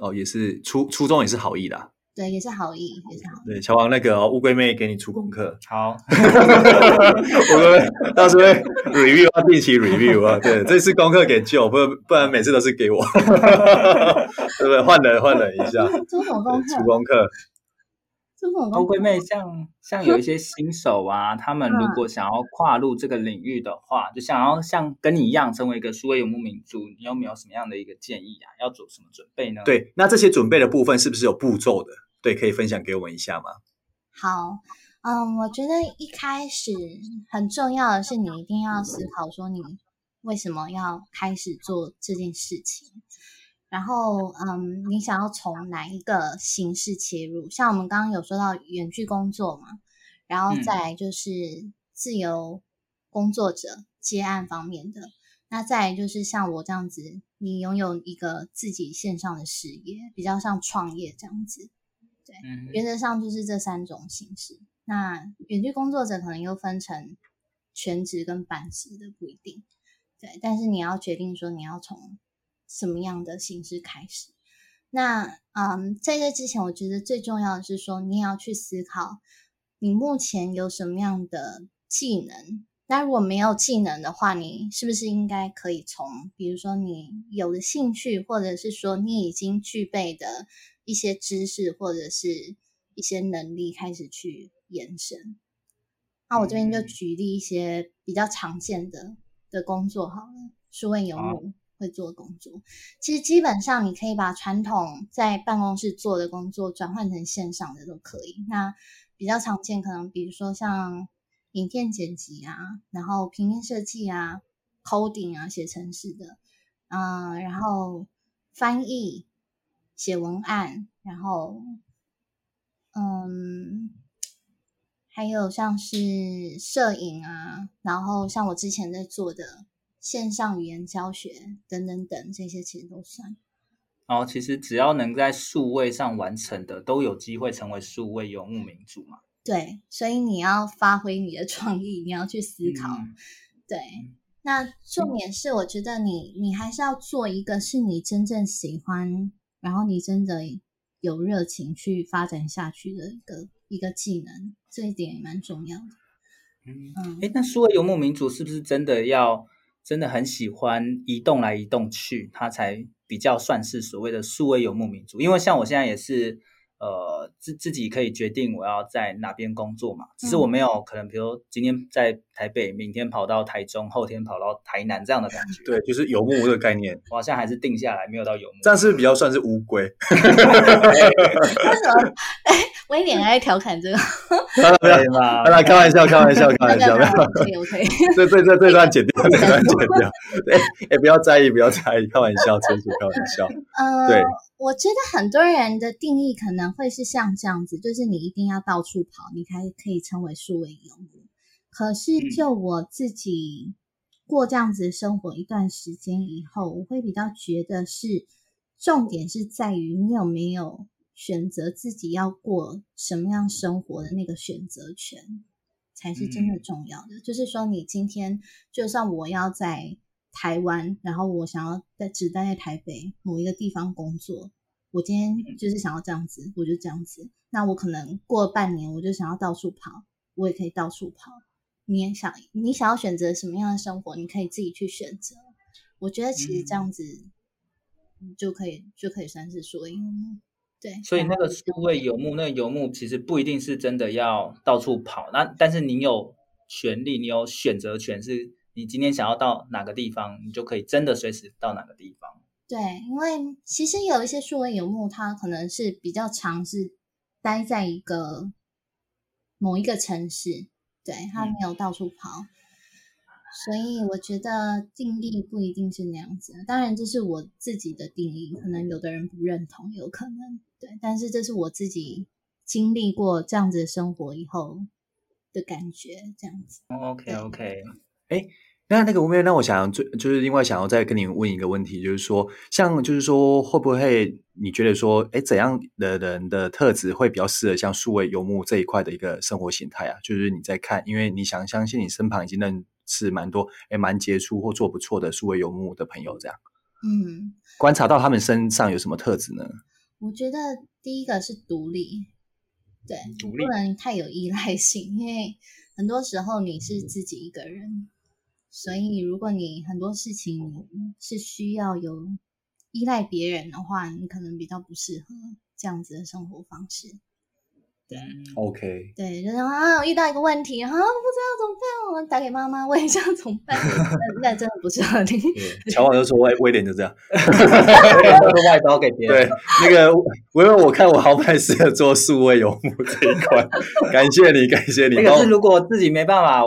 [SPEAKER 2] 哦，也是初初衷也是好意啦。
[SPEAKER 3] 对，也是好意，也是好意。
[SPEAKER 2] 对，乔王那个哦乌龟妹给你出功
[SPEAKER 3] [LAUGHS]
[SPEAKER 2] 课，
[SPEAKER 1] 好，
[SPEAKER 3] 嗯
[SPEAKER 2] 我们到时候会 review 啊，定期 review 啊。对，这次功课给舅，不不然每次都是给我， [LAUGHS] 对不对？换人换人一下，
[SPEAKER 3] 做什么功课
[SPEAKER 2] 出？功课。
[SPEAKER 3] 做什么
[SPEAKER 1] 欧
[SPEAKER 3] 功
[SPEAKER 1] 龟
[SPEAKER 3] 课？
[SPEAKER 1] 妹像像有一些新手啊，他们
[SPEAKER 3] 嗯
[SPEAKER 1] 如果想要跨入这个领域的话，就想要像跟你一样成为一个数位游牧民族，你有没有什么样的一个建议啊？要做什么准备呢？，
[SPEAKER 2] 对，那这些准备的部分是不是有步骤的？对，可以分享给我们一下吗？
[SPEAKER 3] 好，嗯，我觉得一开始很重要的是，你一定要思考说你为什么要开始做这件事情，然后，嗯，你想要从哪一个形式切入？像我们刚刚有说到远距工作嘛，然后
[SPEAKER 1] 嗯
[SPEAKER 3] 再来就是自由工作者接案方面的，那再来就是像我这样子，你拥有一个自己线上的事业，比较像创业这样子。
[SPEAKER 1] 嗯
[SPEAKER 3] 原则上就是这三种形式。那远距工作者可能又分成全职跟半职的，不一定。对，但是你要决定说你要从什么样的形式开始。那嗯，在这之前，我觉得最重要的是说，你也要去思考你目前有什么样的技能。那如果没有技能的话，你是不是应该可以从，比如说你有的兴趣，或者是说你已经具备的一些知识或者是一些能力开始去延伸？那我这边就
[SPEAKER 1] 嗯
[SPEAKER 3] 举例一些比较常见的的工作好了，数位游
[SPEAKER 1] 好
[SPEAKER 3] 牧会做的工作。其实基本上你可以把传统在办公室做的工作转换成线上的都可以。那比较常见可能比如说像影片剪辑啊，然后平面设计啊、coding 啊、写程式的，嗯、然后翻译、写文案，然后嗯，还有像是摄影啊，然后像我之前在做的线上语言教学等等等，这些其实都算。
[SPEAKER 1] 然后其实只要能在数位上完成的，都有机会成为数位游牧民族嘛。
[SPEAKER 3] 对，所以你要发挥你的创意，你要去思考。
[SPEAKER 1] 嗯
[SPEAKER 3] 对，那重
[SPEAKER 2] 嗯
[SPEAKER 3] 点是，我觉得你你还是要做一个是你真正喜欢，然后你真的有热情去发展下去的一个一个技能，这一点也蛮重要的。
[SPEAKER 1] 嗯，
[SPEAKER 3] 嗯，
[SPEAKER 1] 哎，那数位游牧民族是不是真的要真的很喜欢移动来移动去，他才比较算是所谓的数位游牧民族？因为像我现在也是，呃，自自己可以决定我要在哪边工作嘛，只是我没有可能，比如今天在台北，明天跑到台中，后天跑到台南这样的感觉。
[SPEAKER 2] 对，，就是游牧这个概念，
[SPEAKER 1] 我好像还是定下来，没有到游牧。
[SPEAKER 2] 这样是不是比较算是乌龟？
[SPEAKER 3] 为什么？哎，威廉还在调侃这个，
[SPEAKER 2] 不要
[SPEAKER 1] 对
[SPEAKER 2] [LAUGHS]
[SPEAKER 1] 嘛
[SPEAKER 2] 好？啦，开玩笑，开玩笑，开
[SPEAKER 3] [LAUGHS] 那
[SPEAKER 2] 玩
[SPEAKER 3] 个
[SPEAKER 2] 啊笑，不要。
[SPEAKER 3] 那个 OK
[SPEAKER 2] [LAUGHS]
[SPEAKER 3] OK。
[SPEAKER 2] 这这这这段剪掉，这段剪掉。哎哎，不要在意，不要在意，开玩笑，纯属开玩笑。
[SPEAKER 3] 呃，
[SPEAKER 2] 对，
[SPEAKER 3] 我觉得很多人的定义可能会是像这样子，就是你一定要到处跑，你才可以成为数位游牧。可是
[SPEAKER 1] 嗯
[SPEAKER 3] 就我自己过这样子的生活一段时间以后，我会比较觉得是重点是在于你有没有选择自己要过什么样生活的那个选择权，才是真的重要的。就是说，你今天就算我要在台湾，然后我想要在只待在台北某一个地方工作，我今天就是想要这样子，我就这样子。那我可能过了半年，我就想要到处跑，我也可以到处跑。你也想，你想要选择什么样的生活，你可以自己去选择。我觉得其实
[SPEAKER 1] 嗯
[SPEAKER 3] 这样子嗯就可以，就可以算是说，因为对，
[SPEAKER 1] 所以
[SPEAKER 3] 然
[SPEAKER 1] 那
[SPEAKER 3] 后
[SPEAKER 1] 个
[SPEAKER 3] 就
[SPEAKER 1] 数位游牧，那个游牧其实不一定是真的要到处跑，那但是你有权利，你有选择权，是你今天想要到哪个地方，你就可以真的随时到哪个地方。
[SPEAKER 3] 对，因为其实有一些数位游牧，它可能是比较长是待在一个某一个城市，对，它没有到处跑，所以我觉得定义不一定是那样子。当然，这是我自己的定义，可能有的人不认同，有可能对，但是这是我自己经历过这样子的生活以后的感觉，这样子。
[SPEAKER 1] 哦 OK OK，
[SPEAKER 2] [LAUGHS] 那那个吴妹，那我想最就是另外想要再跟你问一个问题，就是说，像就是说，会不会你觉得说，哎，怎样的人的特质会比较适合像数位游牧这一块的一个生活形态啊？就是你在看，因为你想相信你身旁已经认识蛮多，哎，蛮杰出或做不错的数位游牧的朋友，这样
[SPEAKER 3] 嗯，
[SPEAKER 2] 观察到他们身上有什么特质呢？
[SPEAKER 3] 我觉得第一个是独立，对，
[SPEAKER 1] 独立
[SPEAKER 3] 不能太有依赖性，因为很多时候你是自己一个人，所以如果你很多事情是需要有依赖别人的话，你可能比较不适合这样子的生活方式。
[SPEAKER 2] OK，
[SPEAKER 3] 对，就是啊，我遇到一个问题，啊，我不知道怎么办，我打给妈妈问一下怎么办， [LAUGHS] 那那真的不适合你。
[SPEAKER 2] [LAUGHS] 乔王就说哎威威廉就这样，
[SPEAKER 1] 会外包给别人。
[SPEAKER 2] 对，那个维维，我看我好不太适合做数位游牧这一块，感谢你，感谢你。
[SPEAKER 1] 那可是如果自己没办法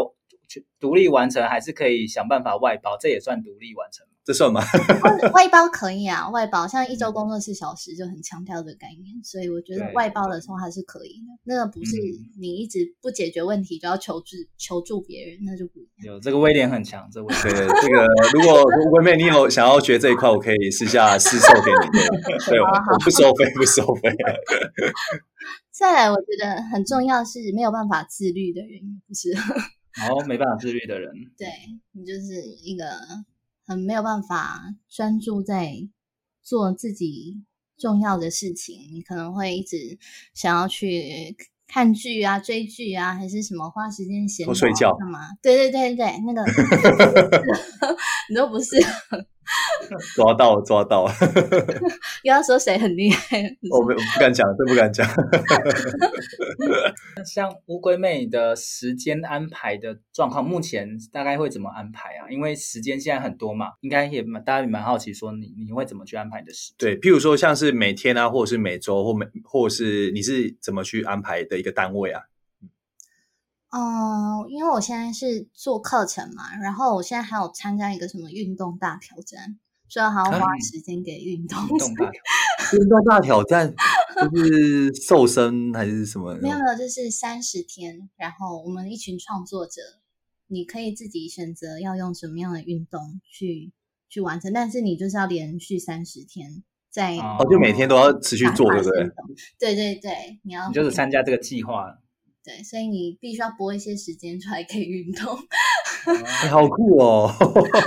[SPEAKER 1] 去独立完成，还是可以想办法外包，这也算独立完成。
[SPEAKER 2] 这算吗？
[SPEAKER 1] [LAUGHS]
[SPEAKER 3] 外外包可以啊，外包像一周工作四小时就很强调这个概念，所以我觉得
[SPEAKER 1] 嗯对
[SPEAKER 3] 外包的时候还是可以的。那个不是
[SPEAKER 2] 嗯
[SPEAKER 3] 你一直不解决问题就要求助求助别人，那就不一样。
[SPEAKER 1] 有这个威廉很强，这威
[SPEAKER 2] 对，
[SPEAKER 1] [LAUGHS] 廉
[SPEAKER 2] 这个如果文妹你有想要学这一块，我可以私下私售给你的。对，我我不收费，不收费。 [LAUGHS]
[SPEAKER 3] 再来，我觉得很重要是没有办法自律的人也不是，
[SPEAKER 1] 然后没办法自律的人，
[SPEAKER 3] 对你就是一个很没有办法专注在做自己重要的事情，你可能会一直想要去看剧啊、追剧啊，还是什么花时间闲
[SPEAKER 2] 多
[SPEAKER 3] 聊
[SPEAKER 2] 睡
[SPEAKER 3] 啊
[SPEAKER 2] 觉
[SPEAKER 3] 干嘛？对对对对，那个
[SPEAKER 2] [LAUGHS]
[SPEAKER 3] [LAUGHS] 你都不是，
[SPEAKER 2] 抓到抓到，
[SPEAKER 3] 不要说谁很厉害，
[SPEAKER 2] 我不不敢讲，真不敢讲。
[SPEAKER 1] 像乌龟妹的时间安排的状况，目前大概会怎么安排啊？因为时间现在很多嘛，应该也蛮大家也蛮好奇，说你你会怎么去安排你的时间？
[SPEAKER 2] 对，譬如说像是每天啊，或者是每周，或每或是你是怎么去安排的一个单位啊？
[SPEAKER 3] 嗯，因为我现在是做课程嘛，然后我现在还有参加一个什么运动大挑战，所以还要花
[SPEAKER 2] 啊
[SPEAKER 1] 嗯
[SPEAKER 3] 时间给运动。
[SPEAKER 1] 运动吧，
[SPEAKER 2] 运动大挑战就是瘦身还是什么？
[SPEAKER 3] 没有没有，就是三十天，然后我们一群创作者，你可以自己选择要用什么样的运动去去完成，但是你就是要连续三十天在
[SPEAKER 1] 哦
[SPEAKER 2] 哦，就每天都要持续做，对不对？？
[SPEAKER 3] 对对对，你要
[SPEAKER 1] 你就是参加这个计划。
[SPEAKER 3] 对，所以你必须要拨一些时间出来给运动。 [LAUGHS]
[SPEAKER 2] 哎好酷哦！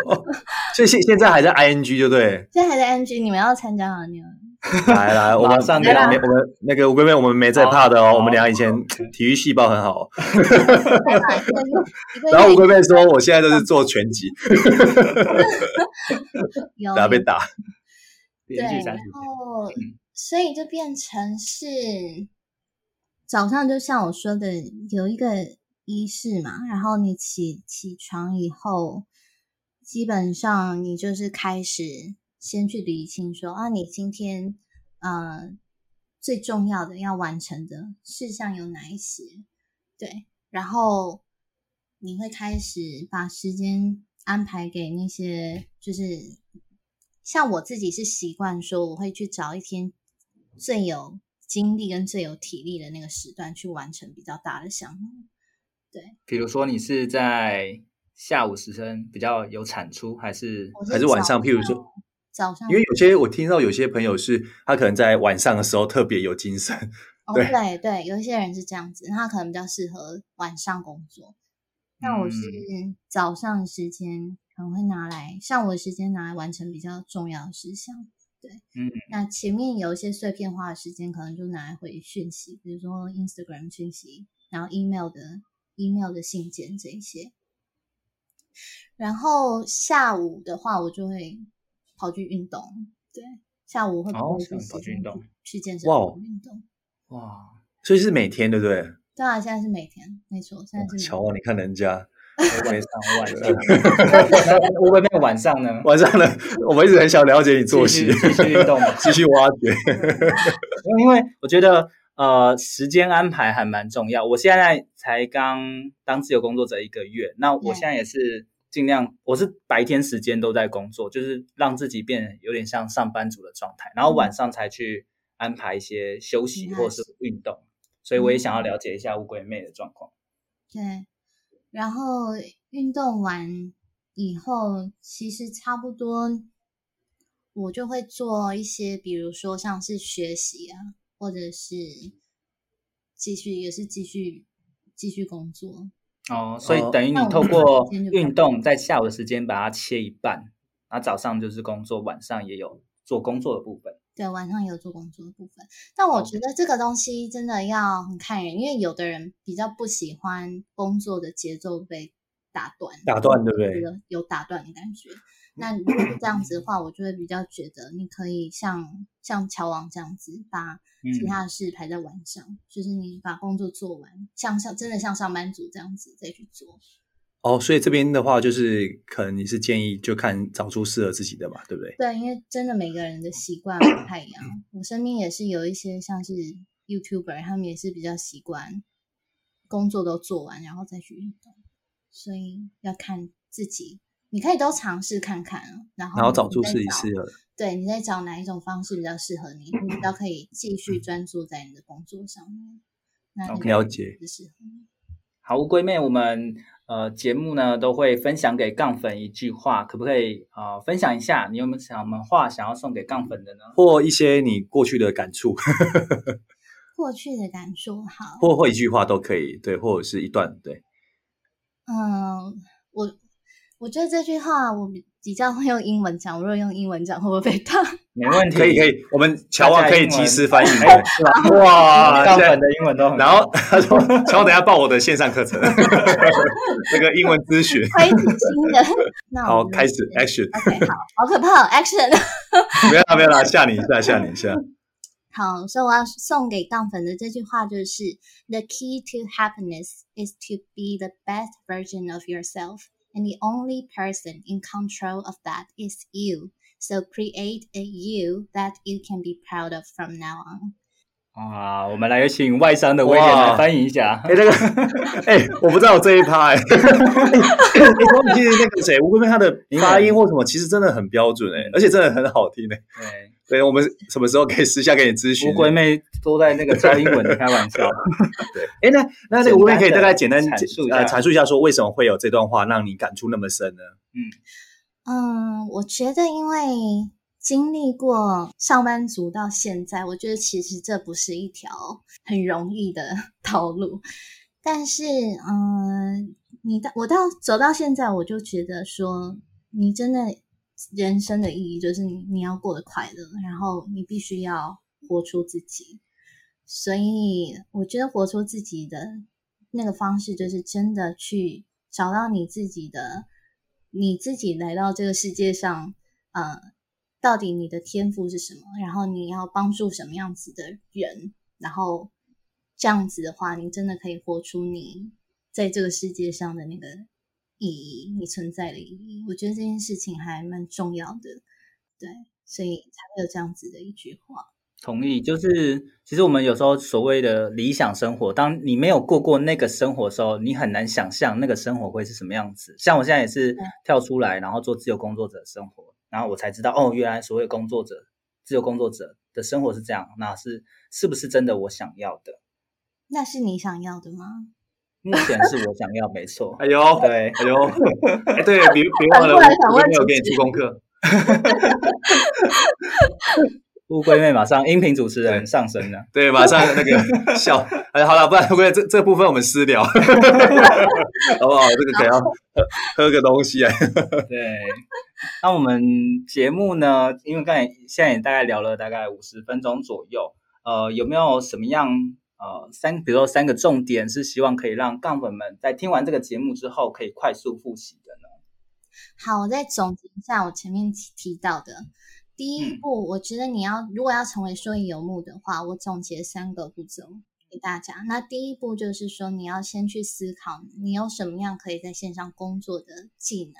[SPEAKER 2] [LAUGHS] 所以现现在还在 ing 就对。
[SPEAKER 3] 现在还在 NG，你们要参加吗？你们 [LAUGHS]
[SPEAKER 2] 来 [LAUGHS] 来，我们
[SPEAKER 1] 马上
[SPEAKER 2] 没
[SPEAKER 1] 给他
[SPEAKER 2] 没我们那个吴龟妹，我们没在怕的
[SPEAKER 1] 好
[SPEAKER 2] 哦。我们俩
[SPEAKER 1] 好
[SPEAKER 2] 以前体育细胞很好，
[SPEAKER 3] 对吧？一个月一个
[SPEAKER 2] 然后
[SPEAKER 3] 月
[SPEAKER 2] 吴龟妹说我现在都是做拳击，
[SPEAKER 3] 有
[SPEAKER 2] 然后被打。
[SPEAKER 1] 连续
[SPEAKER 3] 对，
[SPEAKER 1] 三
[SPEAKER 3] 然
[SPEAKER 1] 十天，
[SPEAKER 3] 后
[SPEAKER 1] 嗯
[SPEAKER 3] 所以就变成是早上，就像我说的，有一个仪式嘛，然后你起起床以后，基本上你就是开始先去理清说啊，你今天呃最重要的要完成的事项有哪一些？对，然后你会开始把时间安排给那些，就是像我自己是习惯说，我会去找一天最有精力跟最有体力的那个时段去完成比较大的项目。
[SPEAKER 1] 比如说你是在下午时分比较有产出，还是
[SPEAKER 3] 我
[SPEAKER 2] 还是晚
[SPEAKER 3] 早
[SPEAKER 2] 上譬如说
[SPEAKER 3] 早上，
[SPEAKER 2] 因为有些我听到有些朋友是他可能在晚上的时候特别有精神， [LAUGHS]
[SPEAKER 3] 哦
[SPEAKER 2] 对
[SPEAKER 3] 对对，有一些人是这样子，他可能比较适合晚上工作。那我是
[SPEAKER 1] 嗯
[SPEAKER 3] 早上的时间可能会拿来，上午的时间拿来完成比较重要的事项。对，
[SPEAKER 1] 嗯，
[SPEAKER 3] 那前面有一些碎片化的时间，可能就拿来回讯息，比如说 Instagram 讯息，然后 email 的 email 的信件这一些。然后下午的话，我就会跑去运动。对，下午会
[SPEAKER 1] 哦
[SPEAKER 3] 不会
[SPEAKER 1] 下午跑去运动，
[SPEAKER 3] 去健身
[SPEAKER 2] 哇
[SPEAKER 3] 房
[SPEAKER 2] 哦
[SPEAKER 3] 运动？
[SPEAKER 1] 哇，
[SPEAKER 2] 所以是每天对不对？
[SPEAKER 3] 对啊，现在是每天，没错，现在是每
[SPEAKER 2] 哇
[SPEAKER 3] 天
[SPEAKER 2] 乔王，你看人家
[SPEAKER 1] 晚上，晚 [LAUGHS] 上，我们没有晚上呢，
[SPEAKER 2] [LAUGHS] 晚上呢，我们一直很想了解你作息
[SPEAKER 1] 继，续继续运动吧
[SPEAKER 2] [LAUGHS] 继续挖掘。
[SPEAKER 1] 因为我觉得呃，时间安排还蛮重要。我现在才刚当自由工作者一个月，那我
[SPEAKER 3] 嗯
[SPEAKER 1] 现在也是尽量，我是白天时间都在工作，就是让自己变得有点像上班族的状态，然后晚上才去安排一些休息
[SPEAKER 3] 嗯
[SPEAKER 1] 或者是运动。所以我也想要了解一下乌龟妹的状况。
[SPEAKER 3] 对，然后运动完以后，其实差不多，我就会做一些，比如说像是学习啊，或者是继续也是继续继续工作。
[SPEAKER 1] 哦，所以
[SPEAKER 2] 哦
[SPEAKER 1] 等于
[SPEAKER 3] 那
[SPEAKER 1] 你
[SPEAKER 3] 我
[SPEAKER 1] 透
[SPEAKER 3] 们
[SPEAKER 1] 过
[SPEAKER 3] 今天就
[SPEAKER 1] 运
[SPEAKER 3] 到这
[SPEAKER 1] 动在下午的时间把它切一半，然后早上就是工作，晚上也有做工作的部分。
[SPEAKER 3] 对，晚上有做工作的部分，但
[SPEAKER 2] 哦
[SPEAKER 3] 我觉得这个东西真的要很看人，因为有的人比较不喜欢工作的节奏被打断，
[SPEAKER 2] 打断对不对嗯
[SPEAKER 3] 觉得有打断的感觉。那如果是这样子的话，我就会比较觉得你可以像像乔王这样子，把其
[SPEAKER 1] 嗯，
[SPEAKER 3] 他的事排在晚上，就是你把工作做完，像像真的像上班族这样子再去做。
[SPEAKER 2] 哦，所以这边的话，就是可能你是建议就看找出适合自己的嘛，对不对？
[SPEAKER 3] 对，因为真的每个人的习惯不太一样。我身边也是有一些像是 YouTuber，他们也是比较习惯工作都做完，然后再去运动，所以要看自己。你可以都尝试看看啊，然后
[SPEAKER 1] 哦
[SPEAKER 2] 然后找
[SPEAKER 3] 你
[SPEAKER 2] 出
[SPEAKER 3] 再
[SPEAKER 2] 自己
[SPEAKER 3] 找
[SPEAKER 2] 适合的。
[SPEAKER 3] 对你在找哪一种方式比较适合你，你比较可以继续专注在你的工作上面。那你
[SPEAKER 1] OK，
[SPEAKER 2] 了解
[SPEAKER 3] 就适合你。
[SPEAKER 1] 好，乌龟妹，我们呃节目呢都会分享给杠粉一句话，可不可以呃分享一下？你有没有什么话想要送给杠粉的呢？
[SPEAKER 2] 或一些你过去的感触，
[SPEAKER 3] 过去的感受好，
[SPEAKER 2] 或或一句话都可以，对，或者是一段，对，
[SPEAKER 3] 嗯，我我觉得这句话我比比较会用英文讲，我如果用英文讲会不会被
[SPEAKER 2] [LAUGHS]
[SPEAKER 3] 打？
[SPEAKER 1] 没问题，
[SPEAKER 2] 可以可以，我们乔王可以及
[SPEAKER 1] [LAUGHS]
[SPEAKER 2] 时翻译
[SPEAKER 1] 大家英文。
[SPEAKER 2] 对哇，
[SPEAKER 1] 杠
[SPEAKER 2] 现在
[SPEAKER 1] 粉的英文都很
[SPEAKER 2] 然
[SPEAKER 1] 好。
[SPEAKER 2] 后他说：“乔王，等一下报我的线上课程，
[SPEAKER 1] [LAUGHS]
[SPEAKER 2] 那个英文咨询。
[SPEAKER 3] 开始新的， [LAUGHS] 那我
[SPEAKER 2] 好，
[SPEAKER 3] 们
[SPEAKER 2] 开始
[SPEAKER 3] OK，
[SPEAKER 2] action，
[SPEAKER 3] 好，好可怕、哦、，action。 [LAUGHS]
[SPEAKER 2] 没有啦，没有啦，吓你一下，吓你一下。
[SPEAKER 3] 好，所以我要送给杠粉的这句话就是：The key to happiness is to be the best version of yourself, and the only person in control of that is you. So create a you that you can be proud of from now on。
[SPEAKER 1] 哇，我们来有请外商的威廉
[SPEAKER 2] 哇
[SPEAKER 1] 来翻译一下
[SPEAKER 2] 哎、。那个，哎、我不知道这一趴、哎，哎、欸，光记得那个谁，吴桂妹她的发音或什么，其实真的很标准、哎，而且真的很好听、哎。
[SPEAKER 1] 对，
[SPEAKER 2] 对，我们什么时候可以私下给你咨询？
[SPEAKER 1] 乌龟妹都在那个教英文，开玩笑。
[SPEAKER 2] 哎、那那这个吴桂妹可以大概简单
[SPEAKER 1] 简单地阐述一下
[SPEAKER 2] 呃阐述一下，说为什么会有这段话让你感触那么深呢？
[SPEAKER 3] 嗯，我觉得因为经历过上班族到现在，我觉得其实这不是一条很容易的 [LAUGHS] 道路。但是，嗯，你到我到走到现在，我就觉得说，你真的人生的意义就是你你要过得快乐，然后你必须要活出自己。所以，我觉得活出自己的那个方式，就是真的去找到你自己的，你自己来到这个世界上，呃，到底你的天赋是什么，然后你要帮助什么样子的人，然后这样子的话，你真的可以活出你在这个世界上的那个意义，你存在的意义。我觉得这件事情还蛮重要的，对，所以才会有这样子的一句话。
[SPEAKER 1] 同意，就是其实我们有时候所谓的理想生活，当你没有过过那个生活的时候，你很难想象那个生活会是什么样子。像我现在也是跳出来，然后做自由工作者的生活，然后我才知道哦，原来所谓工作者、自由工作者的生活是这样，那是是不是真的我想要的？
[SPEAKER 3] 那是你想要的吗？
[SPEAKER 1] 目前是我想要，没
[SPEAKER 2] [LAUGHS]
[SPEAKER 1] 错。
[SPEAKER 2] 哎呦，
[SPEAKER 1] 对，
[SPEAKER 2] 哎呦，哎，对，别别忘了，
[SPEAKER 3] 反过来想
[SPEAKER 2] 我
[SPEAKER 3] 问
[SPEAKER 2] 没有给你
[SPEAKER 3] 主持人
[SPEAKER 2] 出功课。
[SPEAKER 1] 乌龟妹马上音频主持人上升了。
[SPEAKER 2] 对，马上那个笑。哎，好了，不然不然这这部分我们私聊，好不好？这个可能要喝喝个东西啊。
[SPEAKER 1] 对，那我们节目呢，因为刚才现在也大概聊了大概五十分钟左右，呃，有没有什么样呃三，比如说三个重点是希望可以让杠粉们在听完这个节目之后可以快速复习的呢？
[SPEAKER 3] 好，我再总结一下我前面提提到的。第一
[SPEAKER 1] 嗯
[SPEAKER 3] 步，我觉得你要如果要成为说游牧的话，我总结三个步骤。给大家。那第一步就是说，你要先去思考你有什么样可以在线上工作的技能。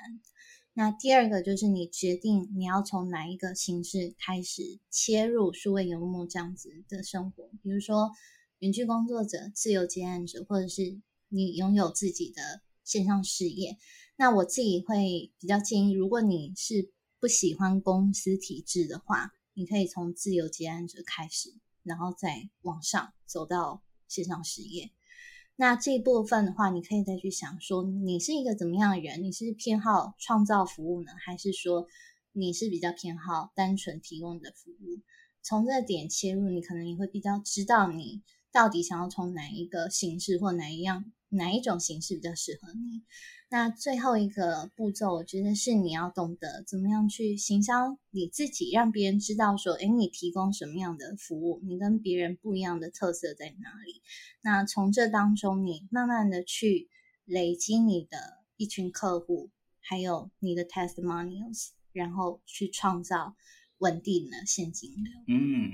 [SPEAKER 3] 那第二个就是你决定你要从哪一个形式开始切入数位游牧这样子的生活，比如说远距工作者、自由接案者，或者是你拥有自己的线上事业。那我自己会比较建议，如果你是不喜欢公司体制的话，你可以从自由接案者开始，然后再往上走到线上事业。那这一部分的话，你可以再去想说，你是一个怎么样的人？你是偏好创造服务呢，还是说你是比较偏好单纯提供你的服务？从这点切入，你可能也会比较知道你到底想要从哪一个形式或哪一样哪一种形式比较适合你。那最后一个步骤，我觉得是你要懂得怎么样去行销你自己，让别人知道说，诶，你提供什么样的服务，你跟别人不一样的特色在哪里。那从这当中，你慢慢的去累积你的一群客户，还有你的 testimonials，然后去创造稳定的现金流。
[SPEAKER 1] 嗯，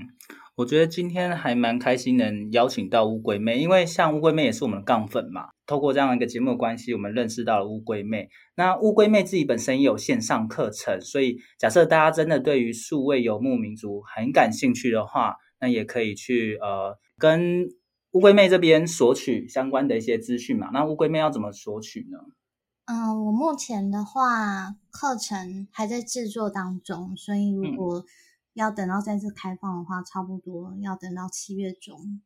[SPEAKER 1] 我觉得今天还蛮开心能邀请到乌龟妹，因为像乌龟妹也是我们的杠粉嘛。透过这样一个节目的关系，我们认识到了乌龟妹。那乌龟妹自己本身也有线上课程，所以假设大家真的对于数位游牧民族很感兴趣的话，那也可以去呃跟乌龟妹这边索取相关的一些资讯嘛。那乌龟妹要怎么索取呢？
[SPEAKER 3] 嗯，我目前的话，课程还在制作当中，所以如果要等到再次开放的话，差不多要等到七月中。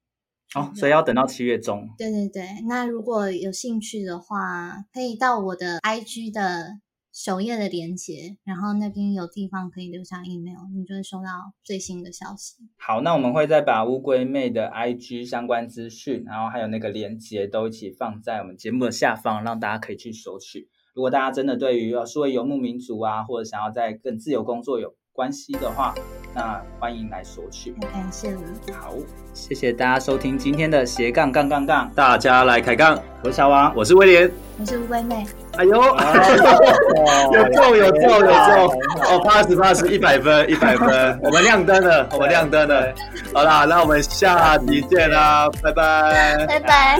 [SPEAKER 1] 哦，所以要等到七月中。
[SPEAKER 3] 对对对，那如果有兴趣的话，可以到我的 IG 的首页的连接，然后那边有地方可以留下 email，你就会收到最新的消息。
[SPEAKER 1] 好，那我们会再把乌龟妹的 IG 相关资讯，然后还有那个链接都一起放在我们节目的下方，让大家可以去索取。如果大家真的对于呃数位游牧民族啊，或者想要在跟自由工作有关系的话，那欢迎来索取。
[SPEAKER 3] 很感谢你。
[SPEAKER 1] 好，谢谢大家收听今天的斜杠杠杠杠，
[SPEAKER 2] 大家来开杠，
[SPEAKER 1] 我是小王，
[SPEAKER 2] 我是威廉。
[SPEAKER 3] 我是乌龟妹，
[SPEAKER 2] 哎呦，
[SPEAKER 1] 哦
[SPEAKER 2] 有中有中有中，哦，pass pass，一百分一百分，我们亮灯了，我们亮灯了。好啦，那我们下集见啦，拜拜。
[SPEAKER 3] 拜拜。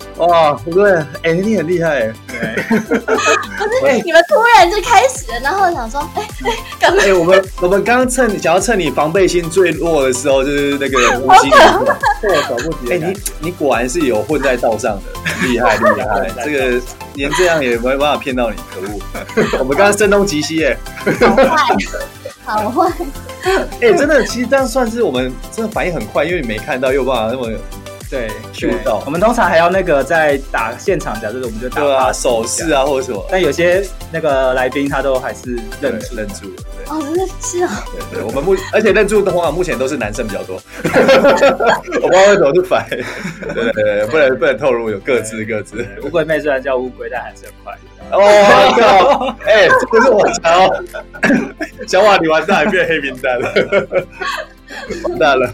[SPEAKER 2] 哇，不对，哎、你很厉害，
[SPEAKER 3] 不是你们突然就开始了，然后我想说，哎、
[SPEAKER 2] 哎、我们我们刚趁想要趁你防备心最弱的时候，就是那个无机
[SPEAKER 1] 措
[SPEAKER 2] [LAUGHS]
[SPEAKER 1] 手不及
[SPEAKER 2] 哎、你你果然是有混在道上的，厉害厉害！这个连这样也没办法骗到你，可 [LAUGHS] 恶！我们刚刚声东击西耶、
[SPEAKER 3] 好坏， [LAUGHS] 好坏，
[SPEAKER 2] [LAUGHS] 哎、真的，其实这样算是我们真的反应很快，因为你没看到，又办法那么
[SPEAKER 1] 对
[SPEAKER 2] Q
[SPEAKER 1] 对
[SPEAKER 2] 到
[SPEAKER 1] 我们通常还要那个在打现场，假设我们就打
[SPEAKER 2] 对啊，
[SPEAKER 1] pass
[SPEAKER 2] 手势啊或者什么，
[SPEAKER 1] 但有些那个来宾他都还是
[SPEAKER 2] 对
[SPEAKER 1] 认出
[SPEAKER 2] 认住了，
[SPEAKER 3] 哦，真的是哦，
[SPEAKER 2] 对对对，我们目而且认住的话，目前都是男生比较多，我不知道为什么是反，对对对，不能不能透露有各自各自。
[SPEAKER 1] 乌龟妹虽然叫乌龟，但还是很快。
[SPEAKER 2] 哦，靠！哎、这不是我 [COUGHS] [LAUGHS] 瞧，小瓦你完蛋，变黑名单了，完蛋了。